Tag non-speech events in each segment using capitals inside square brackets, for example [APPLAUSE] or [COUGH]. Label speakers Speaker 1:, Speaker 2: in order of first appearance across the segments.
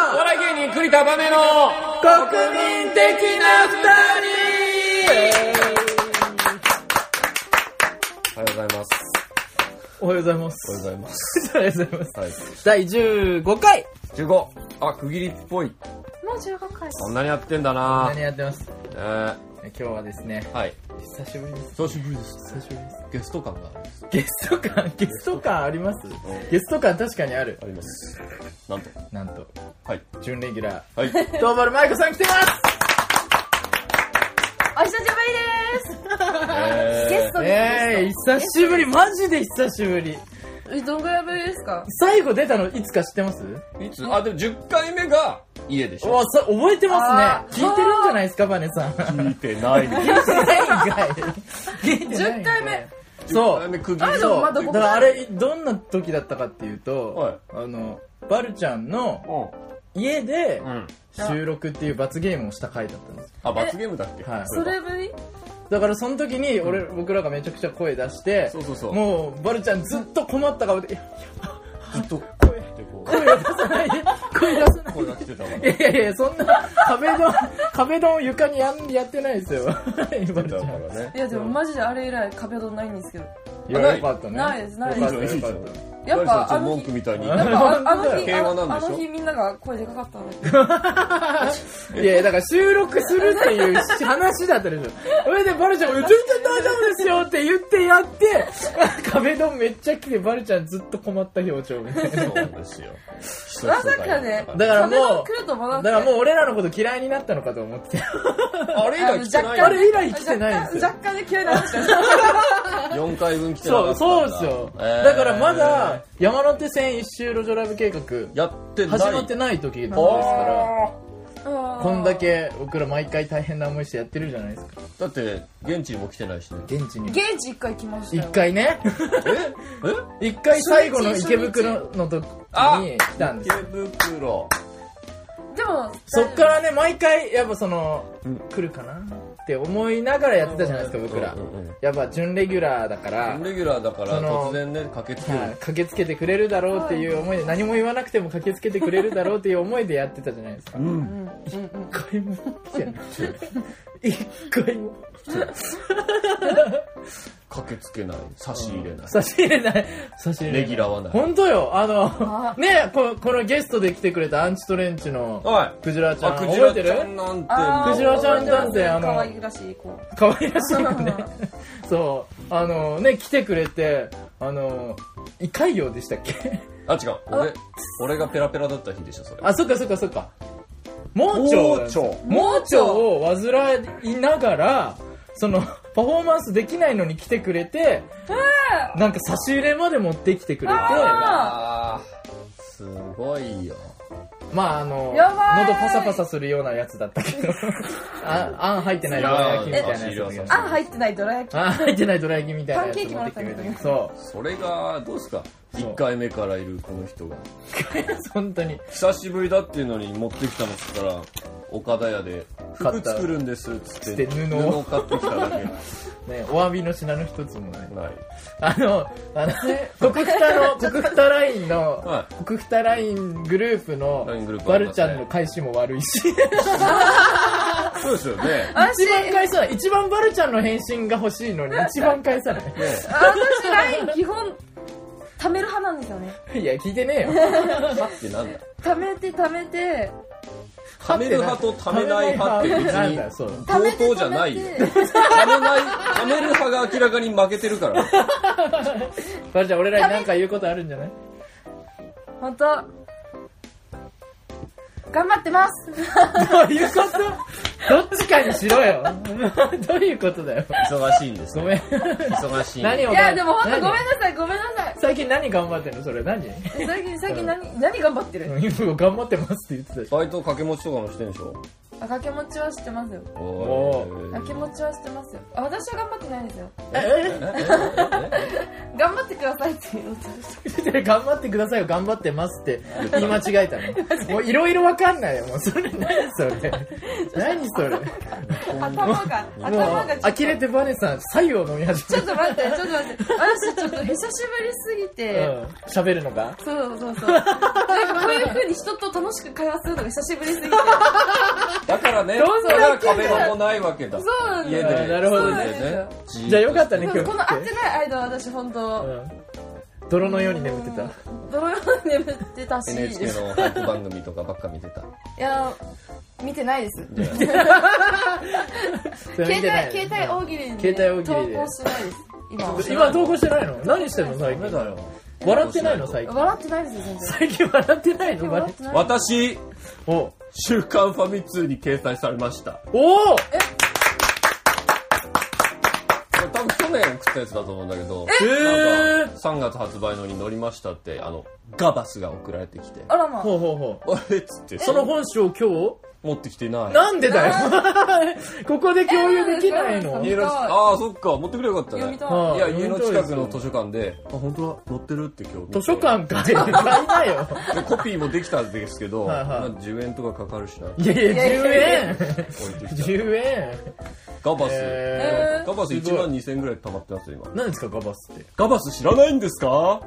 Speaker 1: 民栗田バネの
Speaker 2: 国民的な二人
Speaker 1: おはようございます。
Speaker 2: おはようございま
Speaker 1: おはよう
Speaker 2: す。
Speaker 1: ございます。
Speaker 2: おはようございます。
Speaker 1: はい。
Speaker 2: 第15回
Speaker 1: 15。あ、区切りっぽい。
Speaker 3: もう15回。
Speaker 1: そんなにやってんだな
Speaker 2: 何やってます
Speaker 1: えー、
Speaker 2: 今日はですね、
Speaker 1: はい。
Speaker 2: 久しぶりです。
Speaker 1: 久しぶりです。久しぶりです。ゲスト感がある
Speaker 2: ゲスト感、 [LAUGHS] ゲスト感ありますゲスト感確かにある。
Speaker 1: あります。なんと。
Speaker 2: なんと、
Speaker 1: はい。
Speaker 2: 準レギュ [LAUGHS] ラ
Speaker 1: はい。
Speaker 2: ー、東丸舞子さん来てます
Speaker 3: お久しぶりで
Speaker 1: え
Speaker 3: す。ゲストです。
Speaker 2: ええ久しぶり、マジで久しぶり。
Speaker 3: えどんぐらいぶりですか
Speaker 2: 最後出たのいつか知ってます
Speaker 1: ー、いつあ、でも10回目が家でしょ。
Speaker 2: おさ覚えてま
Speaker 3: あー
Speaker 2: すね。聞いてるんじゃないですか、バネ [LAUGHS] さん。
Speaker 1: 聞いて [LAUGHS] ない。
Speaker 2: 聞いてないんかい。
Speaker 3: 10回目。
Speaker 2: そう。
Speaker 1: う。区切
Speaker 3: あ
Speaker 1: り。
Speaker 3: でも
Speaker 2: そ
Speaker 3: ま
Speaker 2: う
Speaker 3: あ
Speaker 2: だ
Speaker 3: ど
Speaker 2: か
Speaker 3: こから
Speaker 2: らあれどんな時だったかっていうと、
Speaker 1: はい
Speaker 2: あのバルちゃんの家で
Speaker 1: うん。うん。
Speaker 2: 収録っていう罰ゲームをした回だったんです
Speaker 1: あ、罰ゲームだっけ
Speaker 2: はい
Speaker 3: それぶり
Speaker 2: だからその時に俺、僕らがめちゃくちゃ声出して
Speaker 1: そうそうそう
Speaker 2: もうバルちゃんずっと困った顔で「いや
Speaker 1: ずっと声ってこう、
Speaker 2: 声出さ
Speaker 3: [LAUGHS]
Speaker 2: ないで声出さない
Speaker 1: 声が来てたから。
Speaker 2: で」いやいやいやそんな壁ドン壁ドン床にやんやってないです
Speaker 1: [LAUGHS]
Speaker 2: よバルちゃん
Speaker 1: だからね
Speaker 3: い。やでもマジであれ以来壁ドンないんですけど。
Speaker 2: いやよかったね
Speaker 3: ないですないです
Speaker 2: よ
Speaker 1: いい
Speaker 2: か
Speaker 1: じゃ
Speaker 2: った
Speaker 1: んいい
Speaker 2: よかっ
Speaker 1: じゃん。
Speaker 3: やっぱ
Speaker 1: あ
Speaker 3: あ
Speaker 1: の
Speaker 3: の
Speaker 1: 文句
Speaker 3: 日。
Speaker 1: みたいに。
Speaker 2: や
Speaker 3: やっぱあの日、
Speaker 1: 平
Speaker 3: あ
Speaker 1: 和なん
Speaker 3: の
Speaker 1: でしょ
Speaker 3: あの日みんなが声でかかったので。
Speaker 2: たいやいやだから収録するっていうし話だったでしょそれでバルちゃんも「全然大丈夫ですよ」って言ってやって壁ドンめっちゃ来てバルちゃんずっと困った表情みたいな
Speaker 1: そうなんですよ。
Speaker 3: まさかね
Speaker 2: だから
Speaker 3: 壁ド
Speaker 2: も
Speaker 3: ン来ると思わ
Speaker 2: う
Speaker 3: な
Speaker 2: だから
Speaker 3: く
Speaker 2: も
Speaker 3: て。
Speaker 2: う俺らのこと嫌いになったのかと思って
Speaker 1: あれ以来来てない
Speaker 3: あ
Speaker 2: あ
Speaker 3: の
Speaker 2: れ以来来てないんですよ
Speaker 3: 若干で嫌いになっちゃう。
Speaker 1: 4回分来て
Speaker 2: そ
Speaker 1: なか
Speaker 2: う
Speaker 1: った
Speaker 2: そうですよ、だからまだ山手線一周路上ライブ計画
Speaker 1: やってない
Speaker 2: 始まってない時なんですから
Speaker 1: あ
Speaker 2: こんだけ僕ら毎回大変な思いしてやってるじゃないですか
Speaker 1: ーだって現地にも来てないしね
Speaker 2: 現地に
Speaker 3: ゲージ1回来ました
Speaker 2: 一
Speaker 3: よ。
Speaker 2: 回ね
Speaker 1: ええ
Speaker 2: 一回最後の池袋の時
Speaker 1: あ
Speaker 2: に来たんです
Speaker 1: 池袋
Speaker 3: でも、
Speaker 2: そっからね毎回やっぱその、
Speaker 1: うん
Speaker 2: 来るかなって思いながらやってたじゃないですか僕ら、
Speaker 1: うんうんうん
Speaker 2: やっぱ準レギュラーだから、
Speaker 1: レギュラーだか
Speaker 2: そ
Speaker 1: ら
Speaker 2: の
Speaker 1: 突然ね駆けつける
Speaker 2: はい駆けつけてくれるだろうっていう思いで何も言わなくても駆けつけてくれるだろうっていう思いでやってたじゃないですか
Speaker 1: う
Speaker 3: うんんうんうん。
Speaker 2: 一回も来てない一回も
Speaker 1: 駆けつけない差し入れない
Speaker 2: 差し入れない差し入れない
Speaker 1: レギュラーはない
Speaker 2: 本当よあの
Speaker 3: あ
Speaker 2: ねここのゲストで来てくれたアンチトレンチの
Speaker 1: おい
Speaker 2: クジラちゃん
Speaker 1: あクジ
Speaker 2: 覚え
Speaker 1: ラ
Speaker 2: て
Speaker 1: ちゃん
Speaker 2: る
Speaker 1: なんて
Speaker 3: あー
Speaker 2: クジラちゃんなんてあの
Speaker 3: 可愛らし
Speaker 2: [LAUGHS]
Speaker 3: い子。
Speaker 2: 可愛らしいよねそうあのね来てくれてあの胃潰瘍でしたっけ [LAUGHS]
Speaker 1: あ違う俺俺がペラペラだった日でしょそれ
Speaker 2: あそっかそっかそっか盲腸なんですよ盲腸を患いながらそのパフォーマンスできないのに来てくれてなんか差し入れまで持ってきてくれて
Speaker 3: [LAUGHS]
Speaker 1: あ
Speaker 3: あ
Speaker 1: ーすごいよ
Speaker 2: まああの
Speaker 3: やばい
Speaker 2: 喉パサパサするようなやつだったけどああん入ってないどら焼きみたいなやつだけど
Speaker 3: あん入ってないどら焼き。
Speaker 2: あん入ってないどら焼きみたいなやつ
Speaker 3: パンケーキも
Speaker 2: 持っ
Speaker 3: ら
Speaker 2: て
Speaker 3: っ
Speaker 2: き
Speaker 3: た
Speaker 2: てく
Speaker 3: んだ
Speaker 2: れ
Speaker 3: よね
Speaker 2: たけどそう
Speaker 1: それがどうですか
Speaker 2: そう
Speaker 1: 1回目からいるこの人が
Speaker 2: 本当に
Speaker 1: 久しぶりだっていうのに持ってきたのっつったら岡田屋で
Speaker 2: 買っ
Speaker 1: 服
Speaker 2: た
Speaker 1: 作るんですっつって
Speaker 2: つって布を
Speaker 1: 布を買ってきただ
Speaker 2: [LAUGHS]
Speaker 1: け
Speaker 2: ね、お詫びの品の一つもね。
Speaker 1: ない
Speaker 2: あの、あの、国ふた
Speaker 3: [LAUGHS]
Speaker 2: の、国ふたラインの、
Speaker 1: は
Speaker 2: 国ふたライングループの
Speaker 1: ライングルー、プあ
Speaker 2: バ
Speaker 1: り
Speaker 2: ル
Speaker 1: ま
Speaker 2: ち
Speaker 1: すね
Speaker 2: ゃんの返しも悪いし、
Speaker 1: そうですよね
Speaker 3: 私
Speaker 2: 一、番返さない。一番バルちゃんの返信が欲しいのに、
Speaker 3: [LAUGHS]
Speaker 2: 一番返さない。
Speaker 1: ね
Speaker 3: 私、LINE 基本、貯める派なんですよね。
Speaker 2: いや、聞いてねえよ。
Speaker 1: 歯ってなんだ
Speaker 3: 貯めて、貯めて、
Speaker 1: ためる派とためない派って別
Speaker 2: なん
Speaker 1: に
Speaker 2: だ、そう。
Speaker 3: 貯め
Speaker 1: 同
Speaker 3: て
Speaker 1: 等じゃないよ
Speaker 3: 貯め
Speaker 1: た
Speaker 3: て
Speaker 1: めないためる派が明らかに負けてるから
Speaker 2: バルちゃん、俺らに何か言うことあるんじゃない
Speaker 3: 本当頑張って
Speaker 1: [LAUGHS]
Speaker 3: ます。
Speaker 2: どういうことどっちかにしろよ。どういうことだよ。
Speaker 1: 忙しいんです
Speaker 2: ご
Speaker 1: ね
Speaker 2: めん。
Speaker 1: 忙しい
Speaker 2: 何を
Speaker 3: いや、でも本当ごめんなさい、ごめんなさい。
Speaker 2: 最近何頑張ってんのそれ何
Speaker 3: 最近、最近何、何頑張ってる
Speaker 2: うん [LAUGHS] 頑張ってますって言ってたし。
Speaker 1: バイト掛け持ちとかもしてんでしょ
Speaker 3: あ、掛け持ちはしてますよ。
Speaker 1: お
Speaker 2: お
Speaker 1: ー
Speaker 3: 掛け持ちはしてますよ。あ、私は頑張ってないんですよ。
Speaker 2: え
Speaker 3: 頑張ってくださいって言おうとして
Speaker 2: で頑張ってくださいよ頑張ってます
Speaker 3: [LAUGHS]
Speaker 2: って言い間違えたのもういろいろわかんないよもうそれ何それ
Speaker 3: [LAUGHS]
Speaker 2: 何それもう
Speaker 3: 頭が、頭がちょっと
Speaker 2: 呆れてバネさん左右を飲み始
Speaker 3: ち
Speaker 2: め
Speaker 3: ょっと待って、ちょっと待って。私ちょっと久しぶりすぎて、
Speaker 2: たうん喋るのが
Speaker 3: そうそうそう。なんかそういう風に人と楽しく会話するのが久しぶりすぎて。
Speaker 1: だからね、
Speaker 2: どん
Speaker 1: だ
Speaker 2: だけ
Speaker 1: から壁ドンもないわけだ。
Speaker 3: そうなんだ
Speaker 1: 家で。
Speaker 2: なるほどね
Speaker 1: 家でね
Speaker 2: じゃあよかったね
Speaker 3: で
Speaker 2: 今
Speaker 3: も
Speaker 2: 日
Speaker 3: この会ってない間は私本当、
Speaker 2: うん泥のように眠ってた
Speaker 3: 泥のように眠ってたし、
Speaker 1: NHK の俳句番組とかばっか見てた。
Speaker 3: いや、見てないです。
Speaker 2: それ見
Speaker 3: [LAUGHS]
Speaker 2: て
Speaker 3: 携
Speaker 2: ない
Speaker 3: 帯、携帯大喜利に、
Speaker 2: 携帯大喜利で
Speaker 3: 投稿してないです。今は
Speaker 2: 今投稿してないの何してんの最
Speaker 1: ダメ
Speaker 2: 近
Speaker 1: だよ。
Speaker 2: 笑ってないの最近
Speaker 3: 笑ってないですよ、全然。
Speaker 2: 最近笑ってないの
Speaker 3: 笑ってない。
Speaker 1: 私、
Speaker 2: お
Speaker 1: 週刊ファミ通に掲載されました。
Speaker 2: おお
Speaker 1: これ多分去年送ったやつだと思うんだけど、
Speaker 2: え
Speaker 1: なん
Speaker 2: ー
Speaker 1: か3月発売のに乗りましたって、あの、ガバスが送られてきて。
Speaker 3: あらま。
Speaker 2: ほうほうほう
Speaker 1: あれっつって、
Speaker 2: その本誌を今
Speaker 1: 持ってきてない
Speaker 2: 日。なんでだよ [LAUGHS] ここで共有できない
Speaker 3: えなん
Speaker 2: の
Speaker 3: で
Speaker 1: 家の
Speaker 3: 見たい
Speaker 1: ああ、そっか、持ってくればよかった
Speaker 3: 読み
Speaker 1: ね
Speaker 3: た。い。
Speaker 2: は
Speaker 1: いうや、
Speaker 2: ん
Speaker 1: 家の近くの図書館で、あ、本当は載ってるって今日見て。
Speaker 2: 図書館かい買いなよ
Speaker 1: でコピーもできたんですけど、
Speaker 2: はいはい
Speaker 1: まあ10円とかかかるしな。
Speaker 2: いやいや10円
Speaker 1: 置いてきた
Speaker 2: 10円
Speaker 1: ガバス、
Speaker 2: え
Speaker 3: ー
Speaker 1: ガバス1万2000円ぐらい溜まってますよ今
Speaker 2: 何ですかガバスって
Speaker 1: ガバス知らないんですか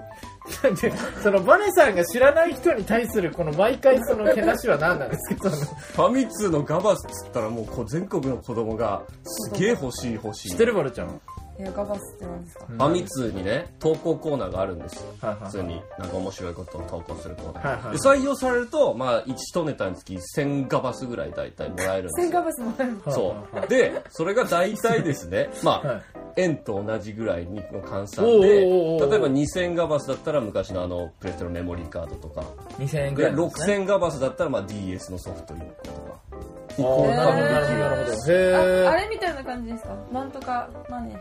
Speaker 2: なんでそのバネさんが知らない人に対するこの毎回そのけなしは何なんですかその
Speaker 1: ファミ通のガバスっつったらもうこう全国の子供がすげえ欲しい欲しい
Speaker 2: 知ってるバルちゃんはい
Speaker 3: や、ガバスって何ですか
Speaker 1: ファミ通にね投稿コーナーがあるんですよ
Speaker 2: はいはい
Speaker 1: 普通になんか面白いことを投稿するコーナ
Speaker 2: は
Speaker 1: ー、
Speaker 2: いはいはい
Speaker 1: で採用されるとまあ1トネタにつき1000ガバスぐらい大体もらえるんで
Speaker 3: 千
Speaker 1: す
Speaker 3: ガ
Speaker 1: よ
Speaker 3: バスもある。
Speaker 1: そうでそれが大体ですねまあ、
Speaker 2: はい
Speaker 1: 円と同じぐらいにの換算
Speaker 2: お
Speaker 1: で
Speaker 2: ーおーおー
Speaker 1: 例えば2000ガバスだったら昔のあのプレートのメモリーカードとか
Speaker 2: 2000円ぐら
Speaker 1: で
Speaker 2: いなんですね
Speaker 1: 6000ガバスだったらまあ DS のソフト1個とか
Speaker 2: あーなるほどなるほどなるほどへ
Speaker 3: ああ
Speaker 2: ー
Speaker 3: れみたいな感じですかなんとか、
Speaker 2: [LAUGHS]
Speaker 3: マネ。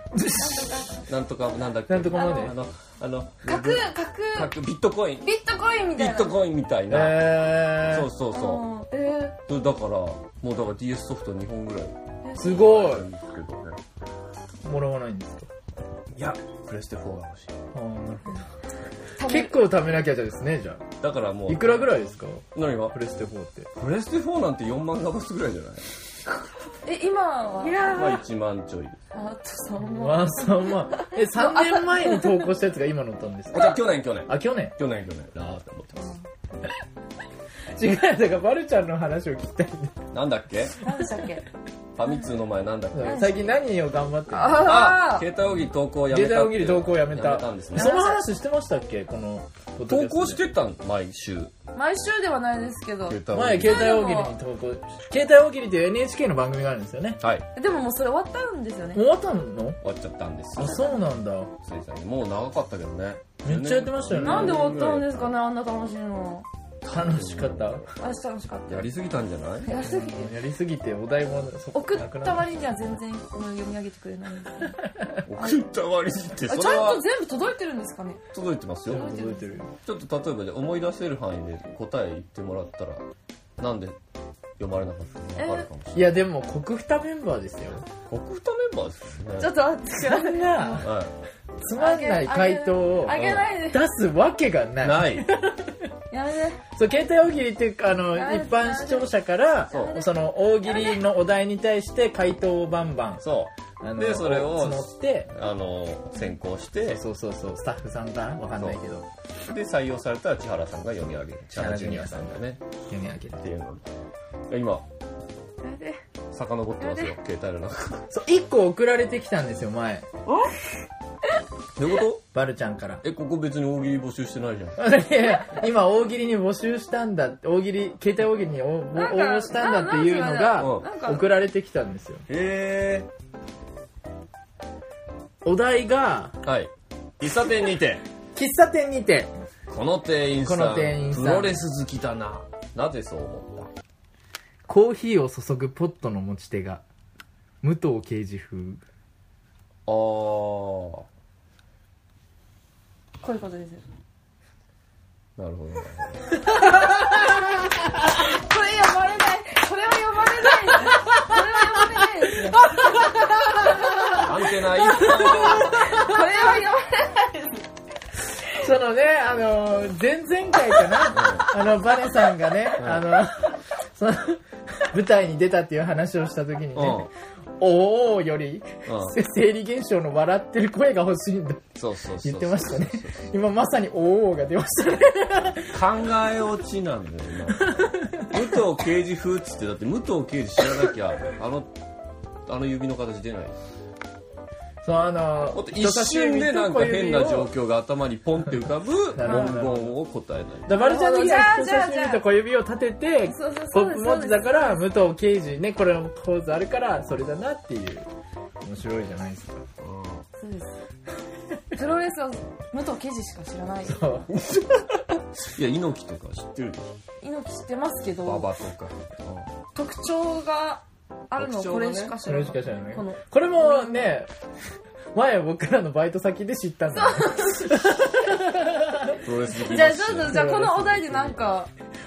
Speaker 3: なんと
Speaker 1: なんと
Speaker 3: か。
Speaker 1: かなんだっけ
Speaker 2: なんとかまで
Speaker 1: あのあの
Speaker 3: 角、角、
Speaker 1: 各ビットコイン
Speaker 3: ビットコインみた
Speaker 1: ビ
Speaker 3: いな。
Speaker 1: ットコインみたいな、
Speaker 2: え
Speaker 1: そう
Speaker 2: ー
Speaker 1: そうそ
Speaker 3: うんえ
Speaker 1: うそれだからもうだから DS ソフト2本ぐらい
Speaker 2: すごい
Speaker 1: あるんですけどね
Speaker 2: もらわないんですか
Speaker 1: いやプレステ4が欲しい
Speaker 2: あーなるほど
Speaker 3: ー多分
Speaker 2: 結構貯めなきゃですねじゃ
Speaker 1: だからも
Speaker 2: あ
Speaker 1: う
Speaker 2: いくらぐらいですか
Speaker 1: 何が
Speaker 2: プレステ4って
Speaker 1: プレステ4なんて4万ガバスぐらいじゃない
Speaker 3: え、今はいや
Speaker 1: まあ1万ちょいです
Speaker 3: あとさ、もう。
Speaker 2: まあそうまあえ3年前に投稿したやつが今載ったんです
Speaker 1: あ
Speaker 2: か
Speaker 1: じゃあ去年去年
Speaker 2: あ去年
Speaker 1: 去年去年だなって思ってます
Speaker 2: 違うだからバルちゃんの話を聞きたいんだ
Speaker 1: なんだっけフ
Speaker 3: 何でしたっけ
Speaker 1: ァミ通の前なんだっけ
Speaker 2: 最近何を頑張ってるの
Speaker 1: あ
Speaker 3: あ
Speaker 1: 携帯大喜利投稿やめた
Speaker 2: 携帯大喜利投稿やめた
Speaker 1: やめたんですね
Speaker 2: その話してましたっけこのポッドキャ
Speaker 1: 投
Speaker 2: ストで
Speaker 1: 稿してたの毎週
Speaker 3: あ毎週ではないですけど。
Speaker 2: 前携帯大喜利に投稿携帯大喜利っていう NHK の番組があるんですよね
Speaker 1: はい
Speaker 3: でももうそれ終わったんですよね
Speaker 2: も。う終わったの
Speaker 1: 終わっちゃったんですよ
Speaker 2: あそうなんだ
Speaker 1: ついさんにもう長かったけどね
Speaker 2: めっちゃやってましたよね
Speaker 3: なんで終わったんですすかね、あんな楽しいの。
Speaker 2: 楽しかったや
Speaker 3: あ、楽しかった。
Speaker 1: やりすぎたんじゃない
Speaker 3: やりすぎて。
Speaker 2: りすぎてお題もそこ
Speaker 3: 送っ
Speaker 2: なくな
Speaker 3: た
Speaker 2: った
Speaker 3: 割には全然読み上げてくれないんですね
Speaker 1: 送った割りって
Speaker 3: あ
Speaker 1: そ
Speaker 3: ち
Speaker 1: れ
Speaker 3: ゃん
Speaker 1: は
Speaker 3: と全部届いてるんですかね
Speaker 1: 届いてますよ
Speaker 2: 全部届いてるよ
Speaker 1: ちょっと例えばで思い出せる範囲で答え言ってもらったらなんで読まれなかったのか分かるかもしれない
Speaker 2: いやでも国二メンバーですよ
Speaker 1: 国歌メンバーですよ
Speaker 3: ちょ
Speaker 1: ね
Speaker 3: っと待って
Speaker 2: そん
Speaker 3: くだ
Speaker 2: な
Speaker 1: は
Speaker 2: つまんない回答を
Speaker 3: あげないで。
Speaker 2: 出すわけがないい
Speaker 1: ない
Speaker 3: やめて。
Speaker 2: そう携帯大喜利っていうかあの
Speaker 3: あ
Speaker 2: 一般視聴者から
Speaker 1: そ
Speaker 2: その大喜利のお題に対して回答をバンバン
Speaker 1: そ
Speaker 2: あの
Speaker 1: でそれを
Speaker 2: 募って
Speaker 1: うあの先行して
Speaker 2: そうそうそうスタッフさんかなわかんないけど
Speaker 1: で採用されたら千原さんが読み上げる千原ジュニアさんがね
Speaker 2: 読み上げる
Speaker 1: っていうのいや今
Speaker 3: やめて。
Speaker 1: 遡ってますよ携帯の中
Speaker 2: そう1個送られてきたんですよ前
Speaker 1: どういうこ
Speaker 2: バルちゃんから
Speaker 1: とえここ別に大喜利募集してないじゃん
Speaker 2: いや今大喜利に募集したんだ大喜利携帯大喜利に応募
Speaker 3: なん
Speaker 2: 応
Speaker 3: か
Speaker 2: 募したんだっていうの
Speaker 1: な
Speaker 2: が
Speaker 3: なんか
Speaker 2: 送られてきたんですよ
Speaker 1: へ
Speaker 2: お題が
Speaker 1: えはい喫茶店にて
Speaker 2: 喫茶店にて
Speaker 1: この店員さん
Speaker 2: この店員さん
Speaker 1: プロレス好きだななぜそう思っ
Speaker 2: コーヒーを注ぐポットの持ち手が武藤刑事風
Speaker 1: たあ
Speaker 3: こういうことですよ。
Speaker 1: あなるほどなる
Speaker 3: これ読まれない。これは読まれないですね。これは読まれないですね。
Speaker 1: ほどアンテナいい
Speaker 3: これは読まれない。
Speaker 2: そのね、あの前々回か [LAUGHS] な、あの、バネさん [LAUGHS] がね、あの、その、舞台に出たっていう話をした時にね、おおより、
Speaker 1: うん
Speaker 2: せ生理現象の笑ってる声が欲しいんだ。
Speaker 1: そうそうそう
Speaker 2: 言ってましたね。今まさにおおが出ましたね。
Speaker 1: 考え落ちなんだよな武藤刑事風っつってだって武藤刑事知らなきゃあのあの指の形出ない
Speaker 2: [LAUGHS] そう、あの
Speaker 1: ほんと一瞬でなんか変な状。況が頭にポンって浮かぶ
Speaker 2: なるほ
Speaker 1: 文
Speaker 2: ど
Speaker 1: 言を答えない
Speaker 2: だからバルちゃん的には人
Speaker 3: じゃあ
Speaker 2: 差し
Speaker 3: じゃあ
Speaker 2: 指と小指を立てて
Speaker 3: そうそう、
Speaker 2: ポ
Speaker 3: そう
Speaker 2: ッ
Speaker 3: で
Speaker 2: プ
Speaker 3: す
Speaker 2: モッチだから、武藤刑事ね、これも構図あるから、それだなっていう。面白いじゃないですか。
Speaker 3: そうです。プロレスは武藤刑事しか知らない。
Speaker 2: そう
Speaker 1: いや猪木とか知ってるでし
Speaker 3: 猪木知ってますけ
Speaker 1: ょ馬
Speaker 3: ど、
Speaker 1: 場とか
Speaker 3: 特徴があるの
Speaker 1: 特徴
Speaker 3: こ
Speaker 1: がね
Speaker 3: れしか知
Speaker 2: そ
Speaker 3: ら
Speaker 2: れ
Speaker 3: ない
Speaker 2: し。か知らない
Speaker 3: この。
Speaker 2: これもね、前僕らのバイト先で知ったんだよね。
Speaker 1: プロレス好き
Speaker 3: じゃあ
Speaker 1: だし
Speaker 3: ちょっと、じゃあこのお題でなんか、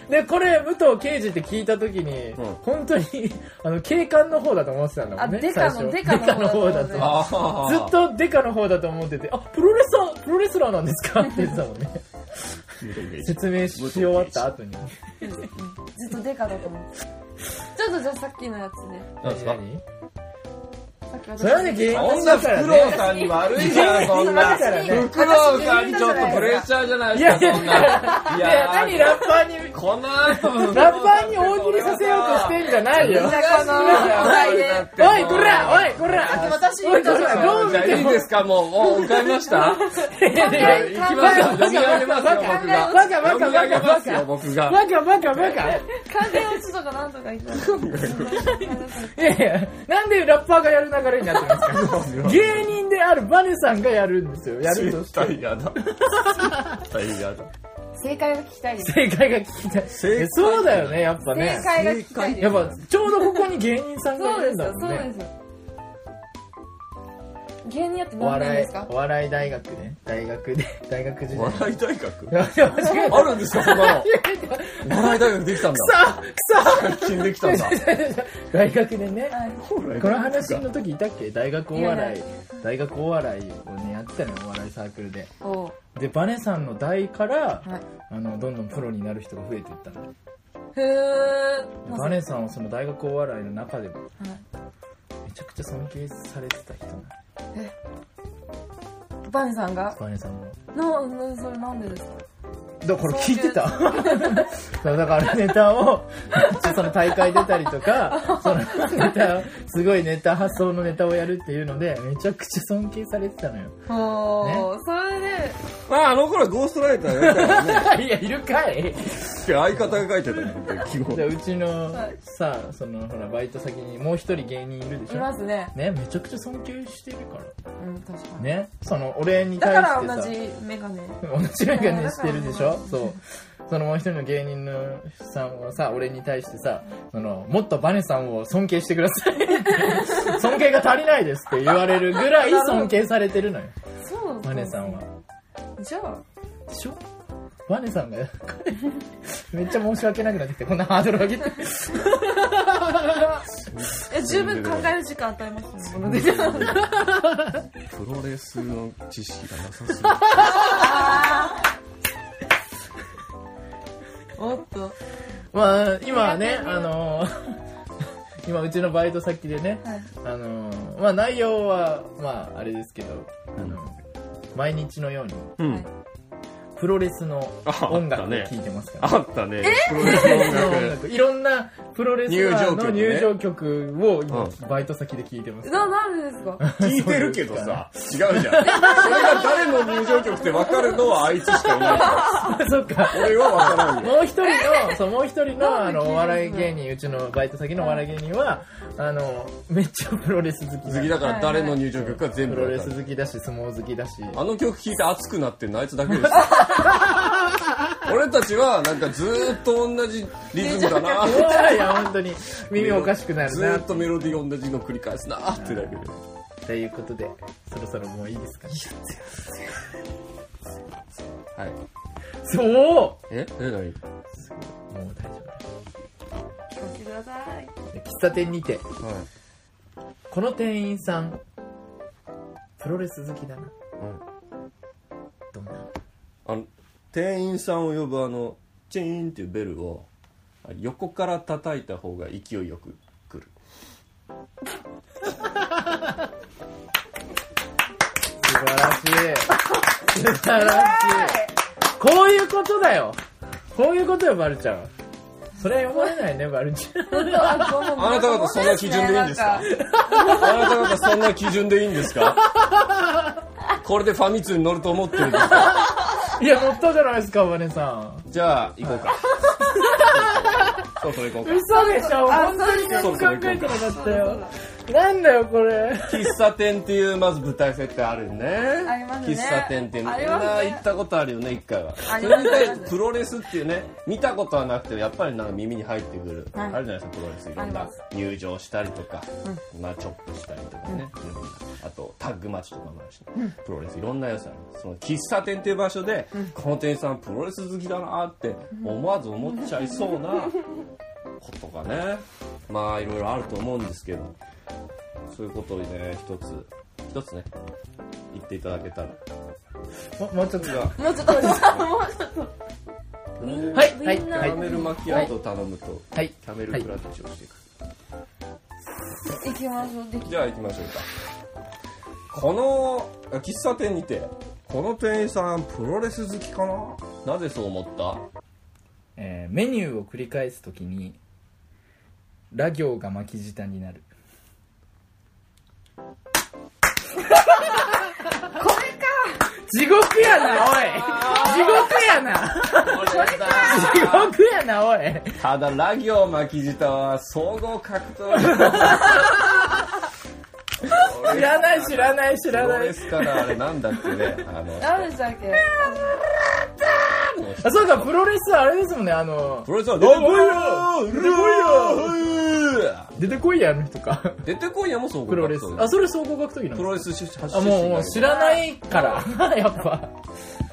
Speaker 2: で、これ、武藤刑事って聞いたときに、
Speaker 1: うん
Speaker 2: 本当に、 [LAUGHS] あの、警官の方だと思ってたんだもんね。
Speaker 3: あデカの
Speaker 2: 最初
Speaker 3: デカの方だと
Speaker 2: デカの方だ
Speaker 3: 思って
Speaker 1: ああ
Speaker 2: と。ずっとデカの方だと思ってて、あ、プロレスラー、プロレスラーなんですかって言ってたもんね。説明し終わった後に。
Speaker 3: ずっとデカだと思って。ちょっとじゃあさっきのやつで、
Speaker 1: なんですか
Speaker 2: 何
Speaker 3: さっき私
Speaker 2: それはね、芸
Speaker 1: そ
Speaker 2: 人
Speaker 1: んな
Speaker 2: だから
Speaker 1: フクロウ
Speaker 2: ね。
Speaker 1: さんに悪いじゃん、そんな。
Speaker 2: だからね
Speaker 1: フクロウさんにちょっとプレッシャーじゃないですか、
Speaker 2: いや
Speaker 1: そんな。い
Speaker 2: いや、何ラッパーに、
Speaker 1: この後
Speaker 2: ラッパーに大喜利させようとしてんじゃないよ。おい、
Speaker 3: このお題で。
Speaker 2: こら、おい、こら。
Speaker 3: 私
Speaker 2: おい、こら、どう見
Speaker 1: じゃあ
Speaker 2: て
Speaker 1: いい
Speaker 2: も。
Speaker 1: ですかもう、もう浮かびました
Speaker 2: いやい
Speaker 1: い
Speaker 2: や
Speaker 1: や
Speaker 2: いや
Speaker 1: 行きますよ、読み上げますよ、僕が。
Speaker 2: バカバカ
Speaker 1: 読み上
Speaker 2: バ
Speaker 1: げ
Speaker 2: カ
Speaker 1: ま
Speaker 2: バ
Speaker 1: すよ、
Speaker 2: カ。
Speaker 1: 僕が。
Speaker 2: バカバカバカ。
Speaker 3: 完全落ちとかなんとか言って
Speaker 2: いやいや、なんでラッパーがやる流れになってるんですか芸人であるバネさんがやるんですよ。やるとして。
Speaker 1: 絶対嫌だ。絶対嫌だ。
Speaker 3: 正解を聞きたいです。
Speaker 2: 正解が聞きたい。
Speaker 1: 正解
Speaker 2: そうだよね、やっぱね
Speaker 3: 正。解が聞きたいで
Speaker 2: やっ。
Speaker 3: す
Speaker 2: ぱ、ちょうどここに芸人さんが
Speaker 3: そ
Speaker 2: いうる
Speaker 3: で
Speaker 2: ん
Speaker 3: す
Speaker 2: だ
Speaker 3: よ、
Speaker 2: も
Speaker 3: そ
Speaker 2: ん
Speaker 3: うで
Speaker 2: ね
Speaker 3: す。よ。芸人やって
Speaker 2: お
Speaker 3: 何年
Speaker 2: 笑
Speaker 3: で
Speaker 2: い
Speaker 3: すか、
Speaker 2: お笑い大学ね。大学で、大学時
Speaker 1: お
Speaker 2: 代。
Speaker 1: 笑い大学
Speaker 2: いや間違えた
Speaker 1: あるんですか、そんなの。お笑い大学できたんだ。
Speaker 2: あ
Speaker 1: 最近できたんだ。
Speaker 2: 大学でね。
Speaker 3: はい
Speaker 2: この話の時いたっけ大学お笑い。大学お笑いをね、やってたのよ、お笑いサークルで。
Speaker 3: おう
Speaker 2: で、バネさんの代から、
Speaker 3: はい
Speaker 2: あの、どんどんプロになる人が増えていったの。
Speaker 3: へーま
Speaker 2: バ
Speaker 3: さ
Speaker 2: ネさんはその大学お笑いの中でも
Speaker 3: はい
Speaker 2: めちゃくちゃ尊敬されてた人なの
Speaker 3: バネさんが
Speaker 2: バネさんも
Speaker 3: ののそれなんでですか
Speaker 2: だから聞いてた [LAUGHS] そうだからネタを [LAUGHS] その大会出たりと
Speaker 3: [LAUGHS]
Speaker 2: かそのネタをすごいネタ発想のネタをやるっていうのでめちゃくちゃ尊敬されてたのよ
Speaker 3: おー、それで
Speaker 1: まあ、あの頃はゴーストライターやったからね。
Speaker 2: [LAUGHS] いやいるかい
Speaker 1: 相方が書いてたんだけど、
Speaker 2: でうちの
Speaker 3: はい
Speaker 2: さそのほらバイト先にもう一人芸人いるでし
Speaker 3: い
Speaker 2: ょ
Speaker 3: ますね
Speaker 2: ねめちゃくちゃ尊敬してるから
Speaker 3: うん確かに、
Speaker 2: ねその俺に対
Speaker 3: だ
Speaker 2: して
Speaker 3: か
Speaker 2: さ
Speaker 3: ら同じメガネ
Speaker 2: 同じメガネしてるでしょそう。そのもう一人の芸人のさんはさ、俺に対してさ、その、もっとバネさんを尊敬してください
Speaker 3: [LAUGHS]
Speaker 2: って。尊敬が足りないですって言われるぐらい尊敬されてるのよ。
Speaker 3: そう
Speaker 2: バネさんは。
Speaker 3: じゃあ
Speaker 2: でしょバネさんが、 [LAUGHS] めっちゃ申し訳なくなってきて、こんなハードル上げて。
Speaker 3: [LAUGHS] え十分考える時間与えますね
Speaker 1: プロレスの知識がなさすぎる。
Speaker 3: おっと
Speaker 2: まあ、今はね、あの [LAUGHS] 今うちのバイト先でね、
Speaker 3: はい
Speaker 2: あのまあ内容は、まああれですけど、あの毎日のように、
Speaker 1: [LAUGHS] うん。
Speaker 2: プロレスの音楽を聴いてますから、
Speaker 1: あったね。プロレスの音
Speaker 2: 音
Speaker 1: 楽。
Speaker 2: 楽 [LAUGHS] いろんなプロレスラーの入場曲を今
Speaker 1: う
Speaker 2: バイト先で聴いてます
Speaker 3: ななんでですか
Speaker 1: 聞いてるけどさ、違うじゃん。それが誰の入場曲って分かるのはあいつしかいないから。
Speaker 2: そっか
Speaker 1: 俺は分からんよ。
Speaker 2: もう一人のそうもう一人の
Speaker 3: な
Speaker 2: あの
Speaker 3: んで聞いてんの
Speaker 2: お笑い芸人うちのバイト先のお笑い芸人はあのめっちゃプロレス好き
Speaker 1: 好き
Speaker 2: な
Speaker 1: だから誰の入場曲か全
Speaker 2: プ
Speaker 1: 部
Speaker 2: ロ
Speaker 1: 分
Speaker 2: レ
Speaker 1: か
Speaker 2: ス好
Speaker 1: る。
Speaker 2: きだし相撲好きだし
Speaker 1: あの曲聴いて熱くなってんのあいつだけです。
Speaker 2: [LAUGHS]
Speaker 1: 俺たちはなんかずーっと同じリズムだな
Speaker 2: うわーいや本当に [LAUGHS] 耳おかしくなる
Speaker 1: ず
Speaker 2: な
Speaker 1: ーっとメロディー同じの繰り返すなーってだけで。
Speaker 2: ということでそろそろもういいですかね
Speaker 1: はい。
Speaker 2: そうも
Speaker 1: ええ何
Speaker 2: う大丈
Speaker 3: 聞かせてください
Speaker 2: 夫喫茶店にて
Speaker 1: はい。
Speaker 2: この店員さんプロレス好きだな
Speaker 1: うん
Speaker 2: どんな
Speaker 1: あの店員さんを呼ぶあのチーンっていうベルを横から叩いた方が勢いよく来る
Speaker 2: 晴らしい。素晴らしい。こういうことだよ。こういうことよ、バルちゃん。それは読まれないね、バルちゃん。
Speaker 1: あなた方そんな基準でいいんですかあなた方そんな基準でいいんで
Speaker 2: [LAUGHS]
Speaker 1: すかこれでファミ通に乗ると思ってるんですか
Speaker 2: いや、乗ったじゃないですか、バネさん。
Speaker 1: じゃあ行こ
Speaker 2: [LAUGHS]
Speaker 1: うかそうそれ行こうか
Speaker 2: 嘘でしょ
Speaker 3: あ
Speaker 2: 本当に何も考えてなかったよ。なんだよ、これ。
Speaker 1: 喫茶店っていうまず舞台設定あるよね
Speaker 3: ありますね
Speaker 1: 喫茶店ってみんな
Speaker 3: ありますね
Speaker 1: 行ったことあるよね一回は
Speaker 3: あり
Speaker 1: そ
Speaker 3: ま
Speaker 1: れ
Speaker 3: す
Speaker 1: に対してプロレスっていうね見たことはなくてやっぱりなんか耳に入ってくる、
Speaker 3: はい
Speaker 1: あるじゃないですかプロレスいろん
Speaker 3: あり
Speaker 1: な
Speaker 3: ます
Speaker 1: 入場したりとか、まあチョップしたりとかね、うんあとタッグマッチとかもあるし、ねプロレスいろんな良さありますその喫茶店っていう場所で、この店員さんプロレス好きだなって思わず思っちゃいそうなことがねまあいろいろあると思うんですけどそういうことをね一つ一つね言っていただけたら
Speaker 2: ももうちょっと。は
Speaker 3: もうちょっと、もうちょっと。
Speaker 1: みん
Speaker 2: い、
Speaker 1: な
Speaker 2: はい、
Speaker 3: みんな
Speaker 1: キ
Speaker 2: は
Speaker 1: ャ
Speaker 2: い。
Speaker 1: メルマキアートを頼むと、
Speaker 2: はい
Speaker 1: キャメルフラッチをしていく、
Speaker 3: 行きましょう。でき
Speaker 1: じゃあ行きましょうかこの喫茶店にてこの店員さんプロレス好きかななぜそう思った
Speaker 2: えーメニューを繰り返すときに、ラ行が巻き舌になる。これか地獄やな、おい地獄やな地獄やな、おい
Speaker 1: ただラ行巻き舌は総合格闘技
Speaker 2: 知らない、知らない、知
Speaker 1: プ
Speaker 2: ら
Speaker 1: ロ
Speaker 2: な
Speaker 1: レ
Speaker 2: い。
Speaker 1: スからあれなんだっけねあの
Speaker 3: 何でしたっけ
Speaker 2: あ、そうか、プロレスはあれですもんね、あの
Speaker 1: プ、ロレスは
Speaker 2: 出てこい
Speaker 1: 出てこいよ
Speaker 2: 出てこいや、あの人か。
Speaker 1: 出てこいやも総合
Speaker 2: プロレス。あ、それ総合格闘技な
Speaker 1: プ
Speaker 2: の
Speaker 1: ロレス出身
Speaker 2: あ、もう、もう知らないから、 [LAUGHS] やっぱ。